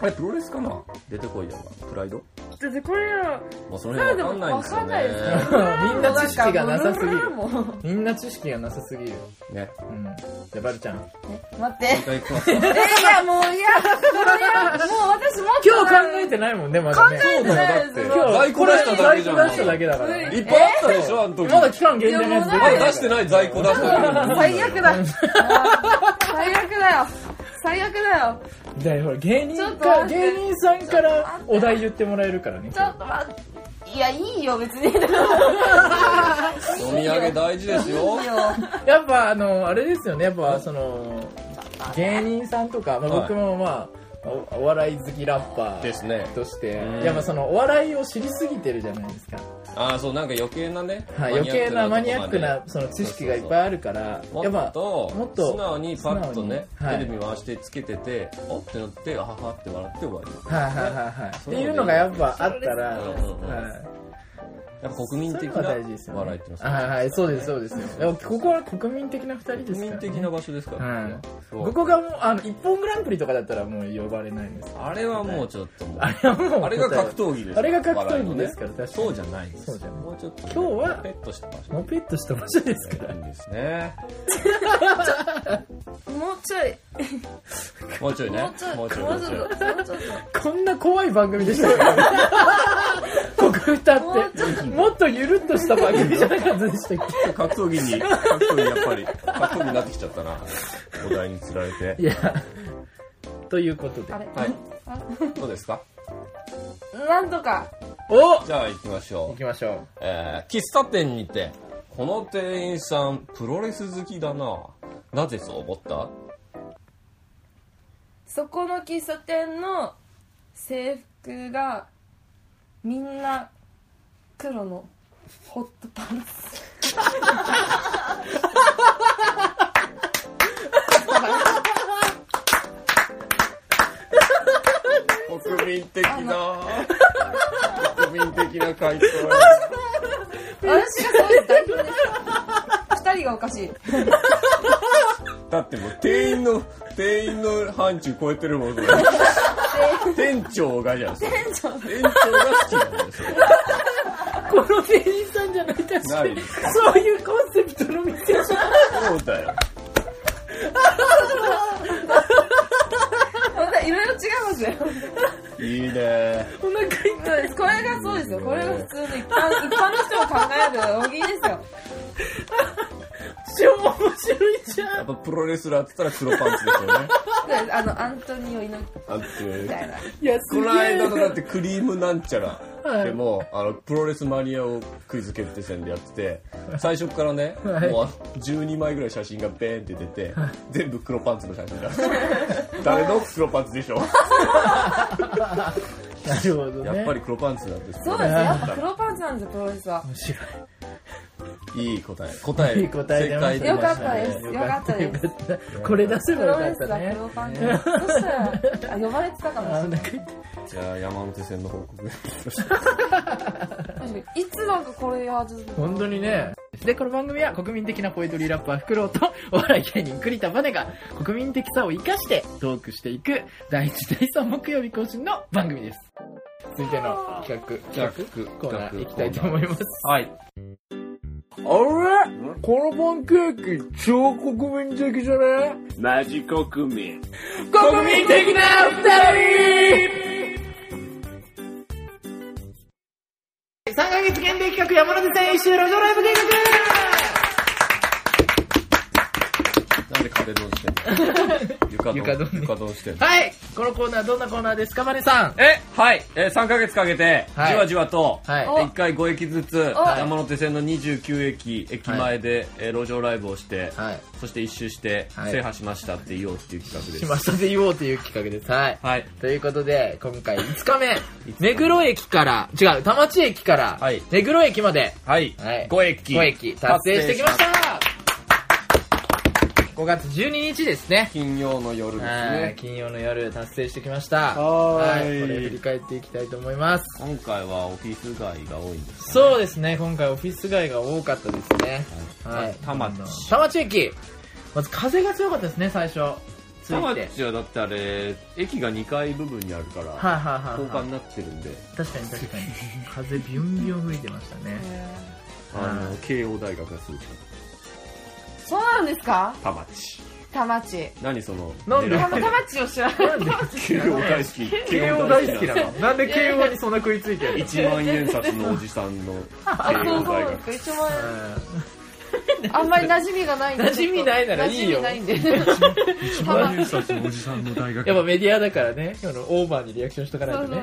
Speaker 1: あれプロレスかな出てこいやなプライド
Speaker 3: だってこれよ。
Speaker 1: まあその辺わかんないんですよ
Speaker 3: わかんないです
Speaker 1: ね
Speaker 2: みんな知識がなさすぎる。
Speaker 3: もうなんか
Speaker 2: みんな知識がなさすぎる。
Speaker 1: ね
Speaker 2: うん。じゃあ、バルちゃん。
Speaker 3: 待って
Speaker 1: 一。回行きますか
Speaker 3: え、いや、もう、いや、もう、いや、もう私もっと
Speaker 2: 今日考えてないもんね、まだね。
Speaker 1: そうだよだって
Speaker 3: 今
Speaker 2: 今日、
Speaker 1: 在庫出しただけじゃん
Speaker 2: 在庫出しただけだから。
Speaker 3: 無
Speaker 2: ま
Speaker 3: 理
Speaker 1: いっぱいあったでしょあの時ま
Speaker 2: だ期間限定のやつ
Speaker 3: いやもうない
Speaker 1: だ出してない在庫出した時に
Speaker 3: 最悪だ。あー最悪だよ。最悪だよ。
Speaker 2: だよ、ほら、芸
Speaker 3: ちょ
Speaker 2: 人
Speaker 3: っと
Speaker 2: か、
Speaker 3: 待って
Speaker 2: 芸人さんからお題言ってもらえるからね。
Speaker 3: ちょっと待って。いや、いいよ、別に。いいよ。
Speaker 1: 飲み上げ大事ですよ
Speaker 2: やっぱ、あの、あれですよね、やっぱ、その、芸人さんとか、まあ
Speaker 1: はい
Speaker 2: 僕もまあ、おお笑い好きラッパ
Speaker 1: ですね
Speaker 2: ーとして
Speaker 1: う、ん
Speaker 2: やっぱその、お笑いを知りすぎてるじゃないですか。
Speaker 1: ああそうなんか余計なね
Speaker 2: はい、余計なマニアック
Speaker 1: と
Speaker 2: な
Speaker 1: こ
Speaker 2: その知識がいっぱいあるから、や
Speaker 1: まで
Speaker 2: っ
Speaker 1: もっ
Speaker 2: ぱ、
Speaker 1: と
Speaker 2: もっと
Speaker 1: 素直にパッとね、
Speaker 2: 素直にはい
Speaker 1: テレビ回してつけてておってなってあははって笑って終わり
Speaker 2: はいはいはいはい。って
Speaker 1: そうね
Speaker 2: いうのがやっぱあったら、
Speaker 1: そうですね
Speaker 2: は
Speaker 1: やっぱ国
Speaker 2: い。
Speaker 1: 民
Speaker 2: そうい
Speaker 1: 的
Speaker 2: うのが
Speaker 1: な笑
Speaker 2: 大事ですよね。
Speaker 1: いってます
Speaker 2: はいはい、そうですそうです。でもここは国民的な二人です
Speaker 1: 国
Speaker 2: から、
Speaker 1: 民
Speaker 2: ね。
Speaker 1: 的な場所ですから
Speaker 2: は
Speaker 1: ね
Speaker 2: い
Speaker 1: そう
Speaker 2: ここがもう、あの、一本グランプリとかだったらもう呼ばれないんです。
Speaker 1: あれはもうちょっともう
Speaker 2: あれはもう、
Speaker 1: あれが格闘技です
Speaker 2: あれが格闘技ですから、確か
Speaker 1: そう
Speaker 2: に。
Speaker 1: じゃないです
Speaker 2: そうじゃない
Speaker 1: もうちょっとね
Speaker 2: 今日は
Speaker 1: ペットしてました
Speaker 2: のぺっとした場所ですか
Speaker 1: い
Speaker 2: ら
Speaker 1: い。んですね
Speaker 3: もうちょい。
Speaker 1: もうちょいね
Speaker 3: もうちょ
Speaker 1: も
Speaker 3: い。も
Speaker 1: う
Speaker 3: う
Speaker 1: ち
Speaker 3: ち
Speaker 1: ょい
Speaker 3: ょい。
Speaker 1: も
Speaker 3: も
Speaker 1: う
Speaker 3: う
Speaker 1: ち
Speaker 3: ち
Speaker 1: ょ
Speaker 3: ょ
Speaker 1: い
Speaker 3: い。もうちょい。
Speaker 2: こんな怖い番組でしたよね。ここ歌って、もっとゆるっとした番組じゃなかったでしたっ
Speaker 1: 格闘技に格闘技やっぱり格闘技になってきちゃったなお題につられ
Speaker 2: け
Speaker 1: て
Speaker 2: いや、ということで
Speaker 3: あ。れ
Speaker 1: はいどうですか
Speaker 3: なんとか。
Speaker 2: お
Speaker 1: じゃあ行きましょ
Speaker 2: 行
Speaker 1: う、
Speaker 2: きましょ
Speaker 1: えー、喫茶店にてこの店員さんプロレス好きだななぜそう思った
Speaker 3: そこの喫茶店の制服がみんな黒のホットパンツ
Speaker 1: 国民的
Speaker 3: [LAUGHS]
Speaker 1: な国民的な回答
Speaker 3: 私がそういう代表です2人がおかしい
Speaker 1: だってもう店員の店員の範疇超えてるもんね店長がじゃんそれ
Speaker 3: 店長
Speaker 1: 店長が好きなんですよ
Speaker 2: う。この店員さんじゃない確
Speaker 1: な
Speaker 2: か
Speaker 1: い
Speaker 2: に
Speaker 1: で。
Speaker 2: そういうコンセプトの店じゃん。
Speaker 1: そうだよ
Speaker 3: またいろいろ違いますよ
Speaker 1: いいね
Speaker 2: お腹痛い。
Speaker 3: そうですこれがそうですよこれが普通の一般一般の人が考えるおぎですよ
Speaker 2: 超面白いじ
Speaker 1: や
Speaker 2: ゃ
Speaker 1: っ
Speaker 2: ん
Speaker 1: ぱプロレスラーって言ったら黒パンツでしょうね
Speaker 3: であのアントニオ猪木
Speaker 1: あって
Speaker 3: みたいない
Speaker 2: やす
Speaker 1: こ
Speaker 2: げえ
Speaker 1: の間のだってクリームなんちゃ
Speaker 2: は
Speaker 1: ら
Speaker 2: い
Speaker 1: でも、あのプロレスマニアをクイズ決定戦でやってて最初からね、
Speaker 2: はい
Speaker 1: もうあ12枚ぐらい写真がベーンって出て、全部黒パンツの写真だ誰の黒パンツでしょ
Speaker 2: なるほどね
Speaker 1: やっぱり黒パンツなんです
Speaker 3: そうですねやっぱ黒パンツなんですよプロレスは
Speaker 2: 面白い
Speaker 1: いい答え答え
Speaker 2: いい答え出ましたね
Speaker 3: よかったですよかったです
Speaker 2: よかったこれ出せ
Speaker 3: プ
Speaker 2: ばよ
Speaker 3: ロ
Speaker 2: か
Speaker 3: レ
Speaker 2: っ
Speaker 3: ス
Speaker 2: た
Speaker 3: は
Speaker 2: ね
Speaker 3: 黒パンツそしたらあ呼ばれてたかもし
Speaker 2: あ
Speaker 3: れ
Speaker 2: お
Speaker 3: な
Speaker 2: 腹
Speaker 3: い
Speaker 2: 痛い
Speaker 1: じゃあ山手線の報告
Speaker 3: 確かにいつなんかこれやる
Speaker 2: 本当にねでこの番組は国民的なポエトリーラッパーフクロウと [LAUGHS] お笑い芸人栗田バネが国民的さを生かしてトークしていく第1第3木曜日更新の番組です続いての企画企画コーナーいきたいと思います
Speaker 1: はい
Speaker 2: あれこのパンケーキ超国民的じゃね
Speaker 4: マジ国民。
Speaker 2: 国民的な二人三ヶ月限定企画山手線一周路上ライブ計
Speaker 1: なんで壁ドンして
Speaker 2: [LAUGHS]
Speaker 1: んの
Speaker 2: 床
Speaker 1: 床
Speaker 2: ド
Speaker 1: ド
Speaker 2: ン
Speaker 1: ン
Speaker 2: ね
Speaker 1: 床ドンしてんの
Speaker 2: 画はいこのコーナーどんなコーナーですかバネさん
Speaker 1: えはい、えー、3ヶ月かけて、
Speaker 2: はい
Speaker 1: じわじわと、
Speaker 2: はい
Speaker 1: えー1回5駅ずつ
Speaker 3: お
Speaker 1: 山手線の29駅駅前で、えー路上ライブをして、
Speaker 2: はい
Speaker 1: そして一周して、
Speaker 2: はい
Speaker 1: 制覇しましたって言おうっていう企画です
Speaker 2: しましたで言おうという企画ですはい、
Speaker 1: はい
Speaker 2: ということで今回5日目目黒駅から違う田町駅から、
Speaker 1: はい
Speaker 2: 目黒駅まで
Speaker 1: はい、
Speaker 2: はい
Speaker 1: 5駅
Speaker 2: 5駅達成してきました
Speaker 1: 達
Speaker 2: 5月12日ですね
Speaker 1: 金曜の夜です
Speaker 2: はい
Speaker 1: ね
Speaker 2: 金曜の夜達成してきました
Speaker 1: はーい
Speaker 2: これ振り返っていきたいと思います
Speaker 1: 今回はオフィス街が多いんです
Speaker 2: そうですね今回オフィス街が多かったですねはい
Speaker 1: 田町
Speaker 2: 田町駅まず風が強かったですね最初つ
Speaker 1: 田
Speaker 2: いて
Speaker 1: 町はだってあれ駅が2階部分にあるから、
Speaker 2: はいはいはい
Speaker 1: 交
Speaker 2: は
Speaker 1: 換
Speaker 2: い
Speaker 1: になってるんで、
Speaker 2: 確かに確かに風ビュンビュン吹いてましたね
Speaker 1: あの
Speaker 2: はい
Speaker 1: 慶応大学がすぐ近く
Speaker 3: そうなんですか
Speaker 1: 田町
Speaker 3: 田町
Speaker 1: 何その
Speaker 2: なんで
Speaker 1: 狙
Speaker 3: 田
Speaker 1: っ
Speaker 3: 町を知らない
Speaker 2: [LAUGHS] なんで
Speaker 1: 慶応大好き
Speaker 2: 慶応大好きなのなんで慶応にそんな食いついて [LAUGHS] るの
Speaker 1: 1万円札のおじさんの
Speaker 3: あ
Speaker 1: 慶
Speaker 3: そ
Speaker 1: 応
Speaker 3: うそう
Speaker 1: 大
Speaker 3: なん
Speaker 1: 学
Speaker 3: ですか一万円あんまり馴染みがないんで
Speaker 2: 馴染みないならいいよ
Speaker 3: 馴染みないんで
Speaker 1: 1円札のおじさんの大学
Speaker 2: やっぱメディアだからね、今のオーバーにリアクションしとかないとね。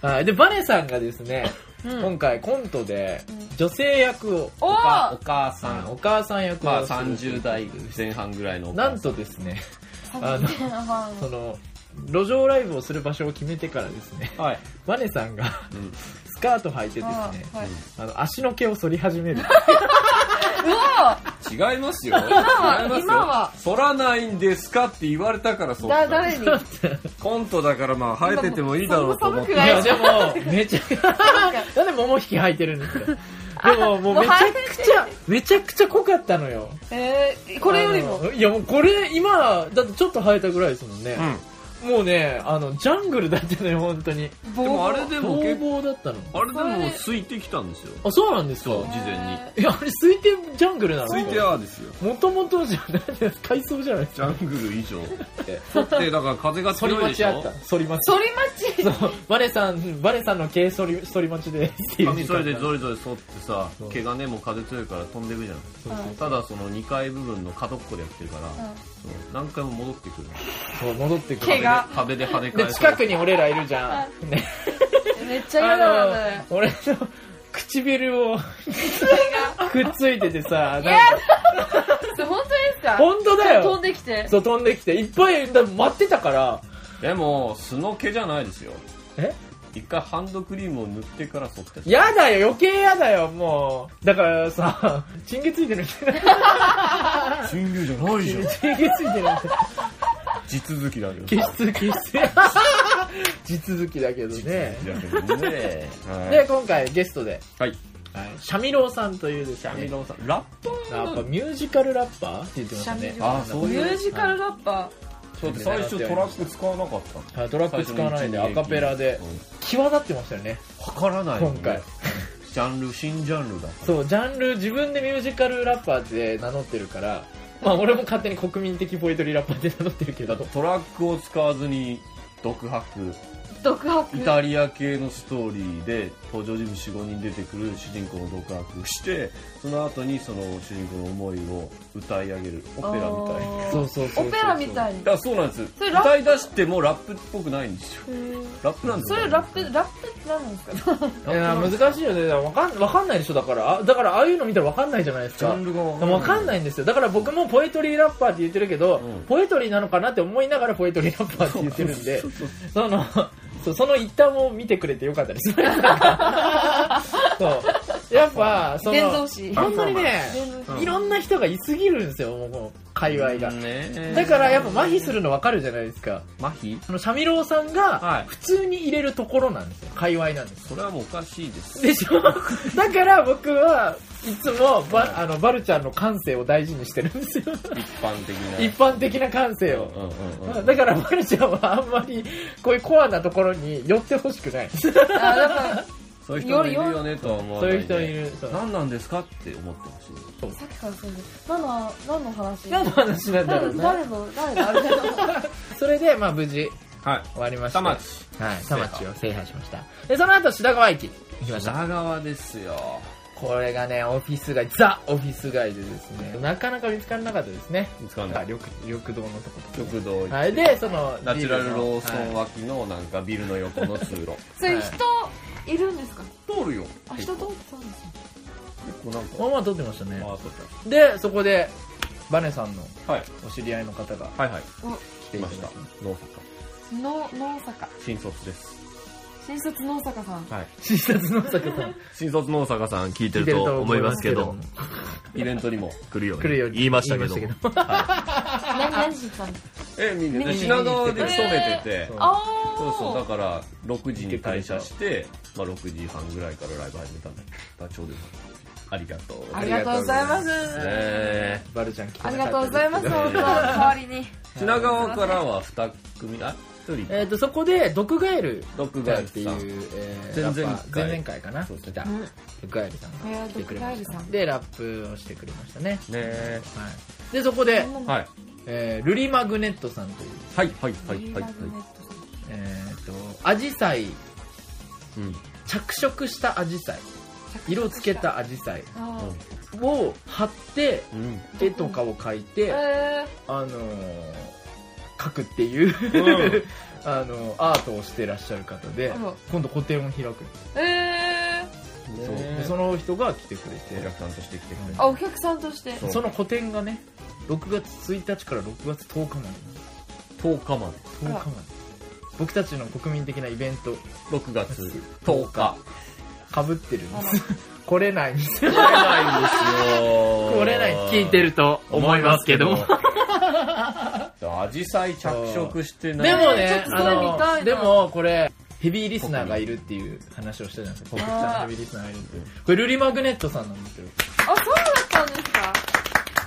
Speaker 2: はい。で、バネさんがですね、今回コントで女性役を、
Speaker 3: おお
Speaker 1: お母さん
Speaker 2: お母さん役
Speaker 1: ま
Speaker 2: を
Speaker 1: あ
Speaker 2: する、
Speaker 1: 30代前半ぐらいのお
Speaker 2: な
Speaker 1: 母
Speaker 2: ん
Speaker 1: さ
Speaker 2: と
Speaker 1: ん
Speaker 2: ですね、あ
Speaker 3: あ
Speaker 2: の
Speaker 3: の
Speaker 2: その、路上ライブをする場所を決めてからですね、 [LAUGHS]
Speaker 1: はい
Speaker 2: バネさんが
Speaker 1: ん
Speaker 2: スカート履いてです
Speaker 3: あ
Speaker 2: ね、
Speaker 3: はい
Speaker 2: あの、足の毛を剃り始める。
Speaker 3: うわ
Speaker 1: 違いますよ
Speaker 3: は
Speaker 1: 違いますよ
Speaker 3: 今は
Speaker 1: 剃らないんですかって言われたからそう
Speaker 3: ーだ誰に
Speaker 1: コントだからまあ生えててもいいだろうと思っ
Speaker 3: そ
Speaker 1: て
Speaker 3: ん [LAUGHS] ない寒
Speaker 2: や、
Speaker 3: く
Speaker 2: でも、めちゃくちゃ、なんで桃引き履いてるんですかでも、もうめちゃくちゃ、めちゃくちゃ濃かったのよ。
Speaker 3: えーこれよりも
Speaker 2: あのいやもうこれ今だってちょっと生えたぐらいですもんね、もうねあのジャングルだったのよ本当に
Speaker 1: うんでもあれでも
Speaker 2: ボー
Speaker 1: 結構
Speaker 2: ボーだったの
Speaker 1: あれでも空いてきたんですよ
Speaker 2: あそうなんですか
Speaker 1: 事前に
Speaker 2: いやあれ推定ジャングルなの
Speaker 1: ついてはですよ
Speaker 2: もともとじゃない海藻じゃないです
Speaker 1: ジ
Speaker 2: か
Speaker 1: ャングル以上だってだから風が
Speaker 2: 反り
Speaker 1: 強いで
Speaker 2: 待ち
Speaker 1: し
Speaker 2: あっ
Speaker 1: ょ
Speaker 2: た反り待ち
Speaker 3: 反町
Speaker 2: そうバネさんバネさんの毛反り反り待ちでっていう
Speaker 1: 髪それで
Speaker 2: 時間
Speaker 1: ゾリゾリ剃ってさ
Speaker 2: そう
Speaker 1: 毛がねもう風強いから飛んでくじゃん
Speaker 2: そうそう
Speaker 1: ただその2階部分の角っこでやってるから、
Speaker 3: ん
Speaker 1: そう何回も戻ってくる
Speaker 2: そう戻ってく
Speaker 3: 毛
Speaker 2: る
Speaker 3: が
Speaker 1: 壁で跳ね
Speaker 2: で
Speaker 1: 返さ
Speaker 2: 近
Speaker 1: れ
Speaker 2: くに俺らいるじゃん、ね、
Speaker 3: めっちゃ嫌だな
Speaker 2: あの俺の唇をくっついててさなんか
Speaker 3: それ本当ですか
Speaker 2: 本当だ
Speaker 3: 飛
Speaker 2: よ
Speaker 3: んできて
Speaker 2: そう飛んできていっぱいだ待ってたから
Speaker 1: でも素の毛じゃないですよ
Speaker 2: え
Speaker 1: 一回ハンドクリームを塗ってから剃って
Speaker 2: やだよ余計やだよもうだからさチンゲついてるみたいな
Speaker 1: 新牛じゃないじゃん
Speaker 2: チンゲついてるみたいな
Speaker 1: 地続きだよ
Speaker 2: 気質気質地続きだけどね
Speaker 1: だけどね
Speaker 2: で今回ゲストで、
Speaker 1: はい
Speaker 2: シャミローさんというです
Speaker 1: シャミ
Speaker 2: ね
Speaker 1: ロンさんラッパ
Speaker 2: やっぱミュージカルラッパーって言ってました
Speaker 3: シャ
Speaker 2: ね
Speaker 3: ミロ
Speaker 1: ああそう
Speaker 3: ミ
Speaker 1: い
Speaker 3: ュー
Speaker 1: う
Speaker 3: ジカルラッパ
Speaker 1: だって最初トラック使わなかったの
Speaker 2: はいトラック使わないでアカペラで
Speaker 1: う
Speaker 2: 際立ってましたよね
Speaker 1: んわからないよ
Speaker 2: 今
Speaker 1: ね
Speaker 2: 回
Speaker 1: ジャンル新ジャンルだ
Speaker 2: そうジャンル自分でミュージカルラッパーって名乗ってるからまあ俺も勝手に国民的ポエトリーラッパーって名乗ってるけど
Speaker 1: トラックを使わずに独白
Speaker 3: ー独白
Speaker 1: イタリア系のストーリーで登場人物45人出てくる主人公を独白してその後にその主人公の思いを歌い上げるオペラみたいな
Speaker 3: あー
Speaker 2: そうそうそうそう
Speaker 3: オペラみたいに
Speaker 1: だからそうなんです
Speaker 3: それラップ
Speaker 1: 歌い出してもラップっぽくないんですよラップなんです
Speaker 3: そ
Speaker 1: よ
Speaker 3: れラップラップって何なんですか
Speaker 2: いや難しいよねわかんわかんないでしょだからあだからああいうの見たらわかんないじゃないです
Speaker 1: ジ
Speaker 2: か
Speaker 1: ャンルが
Speaker 2: わかん
Speaker 1: ない
Speaker 2: ないんですよだから僕もポエトリーラッパーって言ってるけど、
Speaker 1: うん
Speaker 2: ポエトリーなのかなって思いながらポエトリーラッパーって言ってるんでそのそうその一端を見てくれてよかったですねそうやっぱそ
Speaker 3: 伝道
Speaker 2: の
Speaker 3: 師
Speaker 2: 本当にね
Speaker 3: 伝道
Speaker 2: いろんな人がいすぎるんですよもうこの界隈が、
Speaker 1: ね
Speaker 2: だからやっぱ麻痺するのわかるじゃないですか
Speaker 1: 麻痺
Speaker 2: あのシャミ郎さん
Speaker 1: は
Speaker 2: が
Speaker 1: い
Speaker 2: 普通に入れるところなんですよ界隈なんです
Speaker 1: それはもうおかしいです
Speaker 2: でしょだから僕はいつもバあのバルちゃんの感性を大事にしてるんですよ
Speaker 1: 一般的な
Speaker 2: 一般的な感性を、
Speaker 1: うんうんうん
Speaker 2: だからバルちゃんはあんまりこういうコアなところに寄ってほしくないそ
Speaker 3: あだから
Speaker 1: そういう人もいるよねとは思わな
Speaker 2: ういう
Speaker 1: いで
Speaker 2: 人いるそう
Speaker 1: 何なんですかって思ってほしい
Speaker 3: さっきからそうです何の何の話
Speaker 2: 何の話なんだろうな
Speaker 3: 誰誰の誰のあれ
Speaker 2: [LAUGHS] それでまあ無事
Speaker 1: はい
Speaker 2: 終わりました
Speaker 1: 田町
Speaker 2: はい田町を制覇しましたでその後品川駅行きました
Speaker 1: 品川ですよ
Speaker 2: これがねオフィス街ザ・オフィス街でですねなかなか見つからなかったですね
Speaker 1: 見つかんない
Speaker 2: 緑緑道のとこと
Speaker 1: 食堂行って
Speaker 2: はいでその
Speaker 1: ナチュラルローソ
Speaker 2: はい
Speaker 1: ン脇のなんかビルの横の通路
Speaker 3: それ人いるんですか
Speaker 1: 通るよ
Speaker 3: あ人通ってたんですよ
Speaker 1: 結構なんか
Speaker 2: まあまあ撮ってましたね
Speaker 1: ああそう
Speaker 2: でそこでバネさんの
Speaker 1: だはい
Speaker 2: お知り合いの方が
Speaker 1: はいは
Speaker 2: 来
Speaker 1: い来
Speaker 2: てい
Speaker 1: ま
Speaker 2: ま
Speaker 1: し
Speaker 2: したた
Speaker 1: 農作
Speaker 3: の能坂
Speaker 1: 新卒です
Speaker 3: 新卒能坂さん
Speaker 1: はい
Speaker 2: 診察の作
Speaker 1: [LAUGHS]
Speaker 2: さん
Speaker 1: 新卒農作さん聞いてると思いますけどイベントにも来るように
Speaker 2: 来るように
Speaker 1: 言いましたけど
Speaker 2: 言いました
Speaker 3: 何何時さん
Speaker 1: えみんな
Speaker 3: 見
Speaker 1: ね
Speaker 3: に
Speaker 1: 品川で勤め
Speaker 2: え
Speaker 1: てて
Speaker 2: ー
Speaker 1: そう
Speaker 3: ああ
Speaker 1: そうそうだから6時に退社して、まあ、6時半ぐらいからライブ始めたんだけどちょうどよかったありがとう
Speaker 3: ありがとうございます
Speaker 1: ねえ
Speaker 2: バルちゃん来て
Speaker 3: あり
Speaker 2: な
Speaker 3: が
Speaker 2: か
Speaker 3: とう
Speaker 2: っ
Speaker 3: ご
Speaker 2: た
Speaker 3: ざいます本当代わりに
Speaker 1: 品川からは2組あ一人
Speaker 2: えっとそこで毒ガエル
Speaker 1: 6
Speaker 2: ちゃん
Speaker 1: 月
Speaker 2: ってい
Speaker 1: さん
Speaker 2: うえー
Speaker 1: 前々回
Speaker 2: ラッパー前々回かな
Speaker 1: そうそう
Speaker 2: 来た
Speaker 3: うん
Speaker 2: 毒ガエルさん
Speaker 3: え
Speaker 2: が
Speaker 3: ー
Speaker 2: 来てくれまし
Speaker 3: 毒ガエル
Speaker 2: た
Speaker 3: さん
Speaker 2: でラップをしてくれましたね
Speaker 1: ねえ
Speaker 2: はいでそこで
Speaker 3: そんなの
Speaker 1: はい
Speaker 2: えールリマグネットさんという
Speaker 1: はいはいは
Speaker 3: はいい
Speaker 1: は
Speaker 3: はいい
Speaker 1: は
Speaker 3: はいい。
Speaker 2: えっとアジサイ
Speaker 1: うん
Speaker 2: 着色したアジサイ色をつけたアジサイ
Speaker 3: あ
Speaker 2: を貼って
Speaker 1: うん
Speaker 2: 絵とかを描い
Speaker 3: ー
Speaker 2: て、
Speaker 3: え
Speaker 2: あのー描くっていう、
Speaker 1: うん
Speaker 2: [LAUGHS] あのアートをしてらっしゃる方で、
Speaker 3: うん
Speaker 2: 今度個展を開く、
Speaker 3: ーえ
Speaker 2: そうで
Speaker 1: そ
Speaker 2: そ
Speaker 1: の
Speaker 2: の人が来てくれ
Speaker 1: お
Speaker 2: て
Speaker 1: 客さんとして来てくれ
Speaker 3: ーあお客さんとして
Speaker 1: そう
Speaker 2: その個展がね6月1日から6月10日まで
Speaker 1: 10日まで
Speaker 2: 10日まで僕たちの国民的なイベント
Speaker 1: 6月10日
Speaker 2: かぶってるんで
Speaker 3: あ
Speaker 2: す [LAUGHS] 来れないんですよ
Speaker 1: 来れないんですよ
Speaker 2: 来れない聞いてると思いますけ
Speaker 1: [LAUGHS]
Speaker 2: ど
Speaker 1: アジサイ着色してな
Speaker 2: で
Speaker 1: い
Speaker 2: もね、
Speaker 3: ちょっとそれ見
Speaker 2: あ
Speaker 3: た
Speaker 2: の、
Speaker 3: いな
Speaker 2: でもこれ、ヘビーリスナーがいるっていう話をしたじゃないですか。ポケットさん
Speaker 3: あー
Speaker 2: ヘビーリスナーがいるっていう。これ、ルリマグネットさんなんですよ。
Speaker 3: あそうだったんですか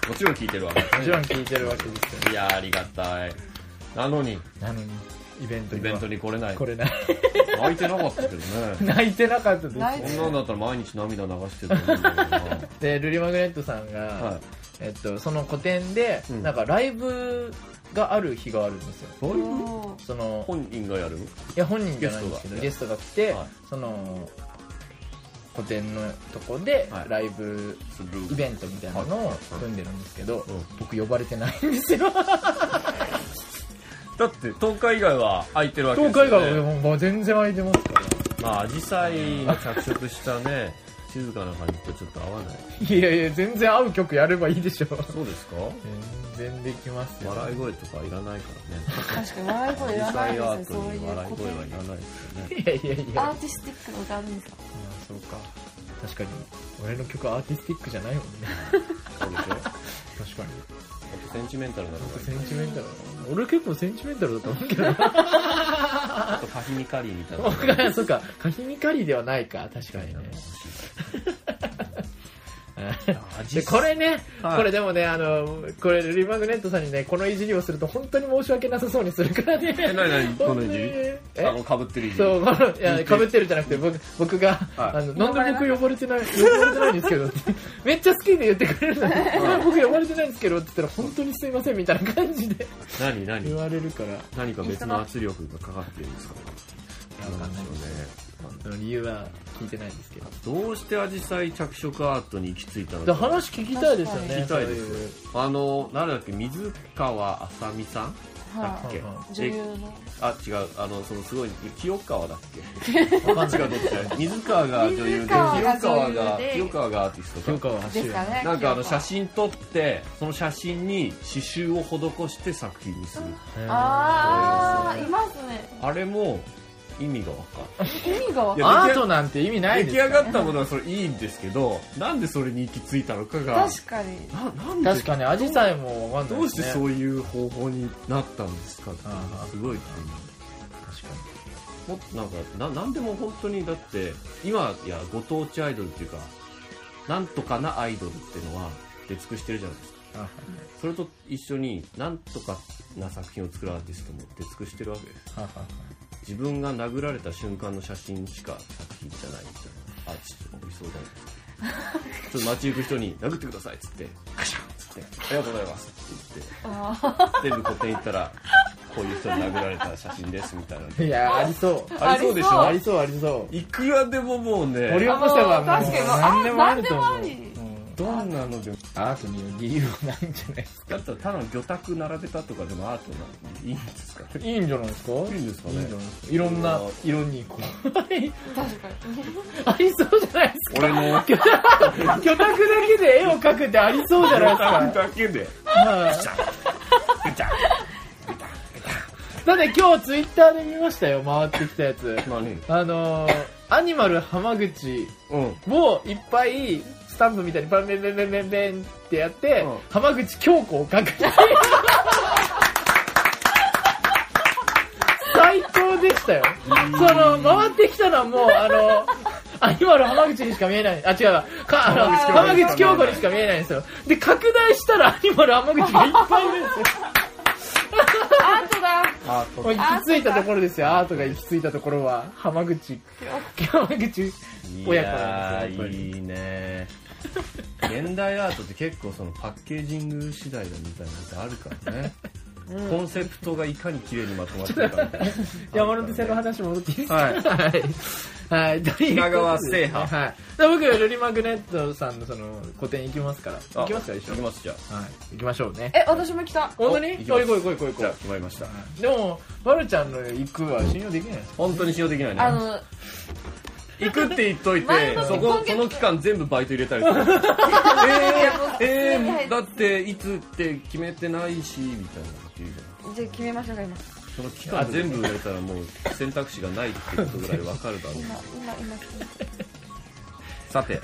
Speaker 1: もちろん聞いてるわけ
Speaker 2: もちろん聞いてるわけですよ。
Speaker 1: いやーありがたいなのに
Speaker 2: なのに、イベント
Speaker 1: イ
Speaker 2: に
Speaker 1: ベ
Speaker 2: は
Speaker 1: ントに来れない
Speaker 2: これない。
Speaker 1: 泣いてなかったけどね
Speaker 2: 泣いてなかったです。
Speaker 3: 泣い
Speaker 1: こんなんだったら毎日涙流してると思うんだけどな
Speaker 2: で、ルリマグネットさんが、
Speaker 1: は
Speaker 2: えっと、その個展で、
Speaker 1: うん
Speaker 2: なんかライブがある日があるんですよ。
Speaker 1: どういう
Speaker 3: おー
Speaker 2: その、
Speaker 1: 本人がやる
Speaker 2: いや本人じゃないんですけど
Speaker 1: ゲ
Speaker 2: ゲストが来て、
Speaker 1: はい
Speaker 2: その個展のとこで
Speaker 1: はい
Speaker 2: ライブ
Speaker 1: する
Speaker 2: イベントみたいなのを
Speaker 1: はい
Speaker 2: 組んでるんですけど、
Speaker 1: うん
Speaker 2: 僕呼ばれてないんですよ
Speaker 1: だって東海以外は空いてるわけで
Speaker 2: 東
Speaker 1: すよ、
Speaker 2: 海
Speaker 1: ね、
Speaker 2: がもう全然空いてますから
Speaker 1: まあアジサイに着色したね静かな感じとちょっと合わない
Speaker 2: いやいや全然合う曲やればいいでしょ
Speaker 1: そうですか
Speaker 2: 全然できますよ
Speaker 1: 笑い声とかいらないからね
Speaker 3: 確かに笑い
Speaker 1: ア
Speaker 3: 声い
Speaker 1: ジ
Speaker 3: らな
Speaker 1: サ
Speaker 3: い
Speaker 1: イアー
Speaker 3: です
Speaker 1: ト
Speaker 3: よそうい
Speaker 1: に笑いう声はい
Speaker 3: こ
Speaker 1: らないですよね
Speaker 2: いやいやい
Speaker 3: とア
Speaker 2: や
Speaker 3: ーティスティックの歌あるんですか
Speaker 2: そうか確かに俺の曲アーティスティックじゃないもんね
Speaker 1: そうでしょもっ
Speaker 2: 確かに
Speaker 1: とセンチメンタルなのがいい
Speaker 2: センチメンタル俺結構センチメンタルだと思うけ [LAUGHS] ど
Speaker 1: あとカヒミカリーみたいなのが
Speaker 2: 僕がそうかカヒミカリではないか確かにねでこれね、
Speaker 1: はい
Speaker 2: これでもねあのこれリマグネットさんにねこのいじりをすると本当に申し訳なさそうにするからね
Speaker 1: え何何このいじり
Speaker 2: え
Speaker 1: あのかぶってるいじり
Speaker 2: そうこのいやかぶってるじゃなくて僕僕が、
Speaker 1: はい
Speaker 2: あのなんで僕呼ばれてない呼ばれてないんですけどって [LAUGHS] めっちゃ好きで言ってくれるのになんで僕呼ばれてないんですけどって言ったら本当にすいませんみたいな感じで
Speaker 1: 何
Speaker 2: 言
Speaker 1: 何
Speaker 2: われるから
Speaker 1: 何か別の圧力がかかってるんですかなんかね
Speaker 2: その理由は聞いてないんですけど
Speaker 1: どうしてアジサイ着色アートに行き着いたの
Speaker 2: で
Speaker 1: か
Speaker 2: 話聞きたいですよね
Speaker 1: 聞きたいで
Speaker 2: そういう
Speaker 1: すあの誰だっけ水川あさみさんだっけ
Speaker 2: はい
Speaker 1: で
Speaker 3: 女優の
Speaker 1: あ違うあのそのすごい清川だっ
Speaker 2: [LAUGHS]
Speaker 1: け
Speaker 2: わかんない
Speaker 1: 違うどっちだ水川が女優で
Speaker 3: 水川が
Speaker 1: 清川が
Speaker 3: 女優で
Speaker 1: 清川がアーティスト
Speaker 2: 清
Speaker 1: か
Speaker 2: 川は
Speaker 3: ですかね
Speaker 1: なんかあの写
Speaker 3: 清
Speaker 1: 真撮ってその写真に刺繍を施して作品にする
Speaker 3: 川ああいますね
Speaker 1: あれも意味が分かんない
Speaker 3: 意味がわかん
Speaker 1: い
Speaker 3: な
Speaker 1: や
Speaker 3: い
Speaker 2: アートなんて意味 [LAUGHS] ない
Speaker 1: 出
Speaker 2: で
Speaker 1: 来
Speaker 2: す
Speaker 1: 上がったものはそれいいんですけどなんでそれに行き着いたのかが
Speaker 3: 確かに
Speaker 1: ななんで
Speaker 2: 確かにアジサイもわかんないで
Speaker 1: どうし
Speaker 2: す
Speaker 1: て
Speaker 2: ね
Speaker 1: そういう方法になったんですかっていうの
Speaker 2: あ
Speaker 1: が
Speaker 2: ー
Speaker 1: すごい気になる
Speaker 2: 確か
Speaker 1: もっとなんかななんでも本当にだって今いやご当地アイドルっていうかなんとかなアイドルっていうのは出尽くしてるじゃないですか
Speaker 2: にあ
Speaker 1: それと一緒になんとかな作品を作るアーティストも出尽くしてるわけです
Speaker 2: ははは
Speaker 1: 自分が殴られた瞬間の写真しか作品じゃないみたいなあちょっといそうだねちょっと街行く人に殴ってくださいっつってカシャンっつってありがとうございますって言って全部個展行ったらこういう人に殴られた写真ですみたいな
Speaker 2: [LAUGHS]
Speaker 1: の
Speaker 2: いやありそう
Speaker 1: ありそうでしょ
Speaker 2: ありそうありそう
Speaker 1: いくらでももうね
Speaker 2: 掘り起こせばもう
Speaker 3: あの確かに
Speaker 2: 何でもあると思
Speaker 3: あ
Speaker 2: う
Speaker 3: 何でもあり
Speaker 2: うん
Speaker 1: どんなのでも
Speaker 2: アートには理由はないんじゃないですか
Speaker 1: だったらただの魚卓並べたとかでもアートなんでいいんですか
Speaker 2: [LAUGHS]
Speaker 1: ね
Speaker 2: いいんじゃないですか
Speaker 1: いいんですかね
Speaker 2: いいんじゃないですかいろんな色にこう
Speaker 3: 確かに
Speaker 2: ありそうじゃないですか
Speaker 1: 俺の魚
Speaker 2: 魚拓だけで絵を描くってありそうじゃないです
Speaker 1: 卓だけで
Speaker 2: か。はいだって今日ツイッターで見ましたよ、回ってきたやつ。
Speaker 1: 何
Speaker 2: あのー、アニマル浜口
Speaker 1: うん
Speaker 2: をいっぱいスタンプみたいにバンベンベンベンベンベンってやって、
Speaker 1: うん
Speaker 2: 浜口京子を描く。最高でしたよ。その、回ってきたのはもう、あの、アニマル浜口にしか見えない。あ、違うわか、あの、浜
Speaker 1: 浜口京子
Speaker 2: 口京子にしか見えないんですよ。で、拡大したらアニマル浜口がいっぱいいるんですよ。
Speaker 3: アートだ
Speaker 1: アート
Speaker 2: もう行き着いたところですよ。アートが行き着いたところは、浜口、浜口親子なんですよ、やっぱり。
Speaker 1: いやーいいね現代アートって結構そのパッケージング次第だみたいなのってあるからね、コンセプトがいかに綺麗にまとまってるかみたいな
Speaker 2: [LAUGHS] 山手線の話戻っていいですか
Speaker 1: はい
Speaker 2: はい。はい。ということで
Speaker 1: 品川制覇
Speaker 2: はい。で僕、ルリマグネットさんのその、個展行きますから。
Speaker 1: あ
Speaker 2: [LAUGHS] 行きますから、一緒
Speaker 1: 行
Speaker 2: にはい。
Speaker 1: きますじゃあ
Speaker 2: 行きましょうね。
Speaker 3: え私も来た
Speaker 2: 本当に
Speaker 1: 行きます
Speaker 2: お行こう行こう行こう
Speaker 1: じゃ
Speaker 2: 行
Speaker 1: あ
Speaker 2: こ
Speaker 1: 決まりました
Speaker 2: う。でも、バルちゃんの行くは信用できないです
Speaker 1: 本当に信用できない
Speaker 3: あ
Speaker 1: ね
Speaker 3: の
Speaker 1: 行くって言っといて
Speaker 3: 前の
Speaker 1: そ
Speaker 3: 今
Speaker 1: こ
Speaker 3: 月
Speaker 1: その期間全部バイト入れたりするえー、えー、だっていつって決めてないしみたいなこと言うじゃん
Speaker 3: じゃあ決めましょうか今
Speaker 1: その期間全部入れたらもう選択肢がないってことぐらいわかるだろう
Speaker 3: [LAUGHS] 今今今決め
Speaker 1: さて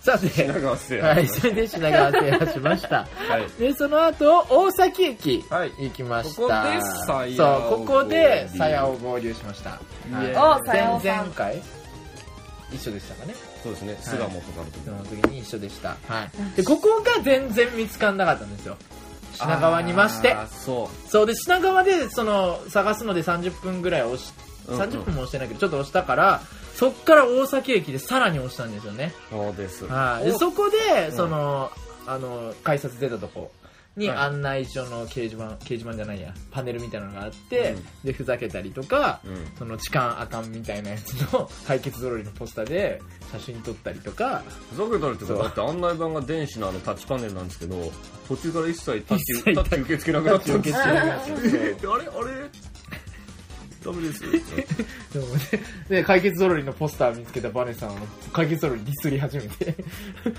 Speaker 2: さて、
Speaker 1: 品川せ
Speaker 2: はい、それで品川制覇しま
Speaker 1: [LAUGHS]
Speaker 2: した。
Speaker 1: はい
Speaker 2: で、その後、大崎駅、
Speaker 1: はい
Speaker 2: 行きました。
Speaker 1: ここで鞘を
Speaker 2: そう、ここで
Speaker 1: 合、流
Speaker 2: さやを合流しました。
Speaker 1: イエ
Speaker 3: ーイお
Speaker 2: 前
Speaker 3: 鞘さん
Speaker 2: 前回一緒でしたかね。
Speaker 1: そうですね巣鴨とかの時
Speaker 2: その時に一緒でした。はい。で、ここが全然見つかんなかったんですよ。品川にまして
Speaker 1: あ。ーそ
Speaker 2: そうで、品川で、その、探すので30分ぐらい押し、
Speaker 1: うんうん
Speaker 2: 30分も押してないけど、ちょっと押したから、そっから大崎駅でさらに押したんですよね。
Speaker 1: うそうです
Speaker 2: はい。で、
Speaker 1: お
Speaker 2: そこで、
Speaker 1: ん
Speaker 2: その、あの、改札出たとこに
Speaker 1: はい
Speaker 2: 案内所の掲示板、掲示板じゃないや、パネルみたいなのがあって、
Speaker 1: うん
Speaker 2: で、ふざけたりとか、
Speaker 1: うん
Speaker 2: その痴漢あかんみたいなやつの [LAUGHS] 解決ぞろりのポスターで写真撮ったりとか、
Speaker 1: ふざけたりとかだって案内板が電子のあのタッチパネルなんですけど途中から一切タッチタッチ受け付けなくなったんですよ
Speaker 2: タッチ受け付けなくなっ
Speaker 1: えあれあれダメですよ
Speaker 2: でもね、で、解決ぞろりのポスター見つけたバネさんを解決ぞろりディスり始めて、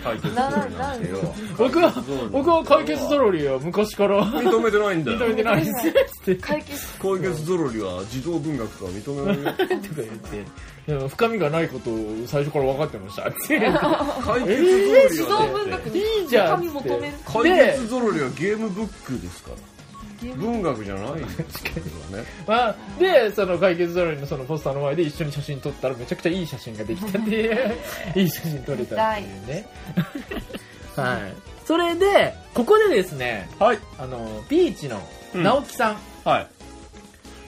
Speaker 1: 解決
Speaker 3: ななんで
Speaker 2: 僕は、僕は解決ぞ
Speaker 1: り
Speaker 2: ろりは昔から
Speaker 1: 認めてないんだ
Speaker 2: 認め
Speaker 1: よ
Speaker 2: てないですって。
Speaker 3: 解決
Speaker 1: 解決ぞろりは児童文学とか認めないよ
Speaker 2: とか言って、でも深みがないことを最初から分かってましたって。
Speaker 1: 解決
Speaker 3: 児
Speaker 1: ぞ
Speaker 3: 童
Speaker 1: ろ
Speaker 3: 文
Speaker 1: りは
Speaker 3: 学に
Speaker 2: いいじゃん
Speaker 3: 神求める
Speaker 1: 解決ぞろりはゲームブックですから
Speaker 3: ゲーム
Speaker 1: 文学じゃない確かにね
Speaker 2: まあ、で、その解決ぞろりのそのポスターの前で一緒に写真撮ったらめちゃくちゃいい写真ができたっていう、いい写真撮れたっていうね。はい。それで、ここでですね、
Speaker 1: はい
Speaker 2: あの、ビーチの直樹さん、
Speaker 1: はい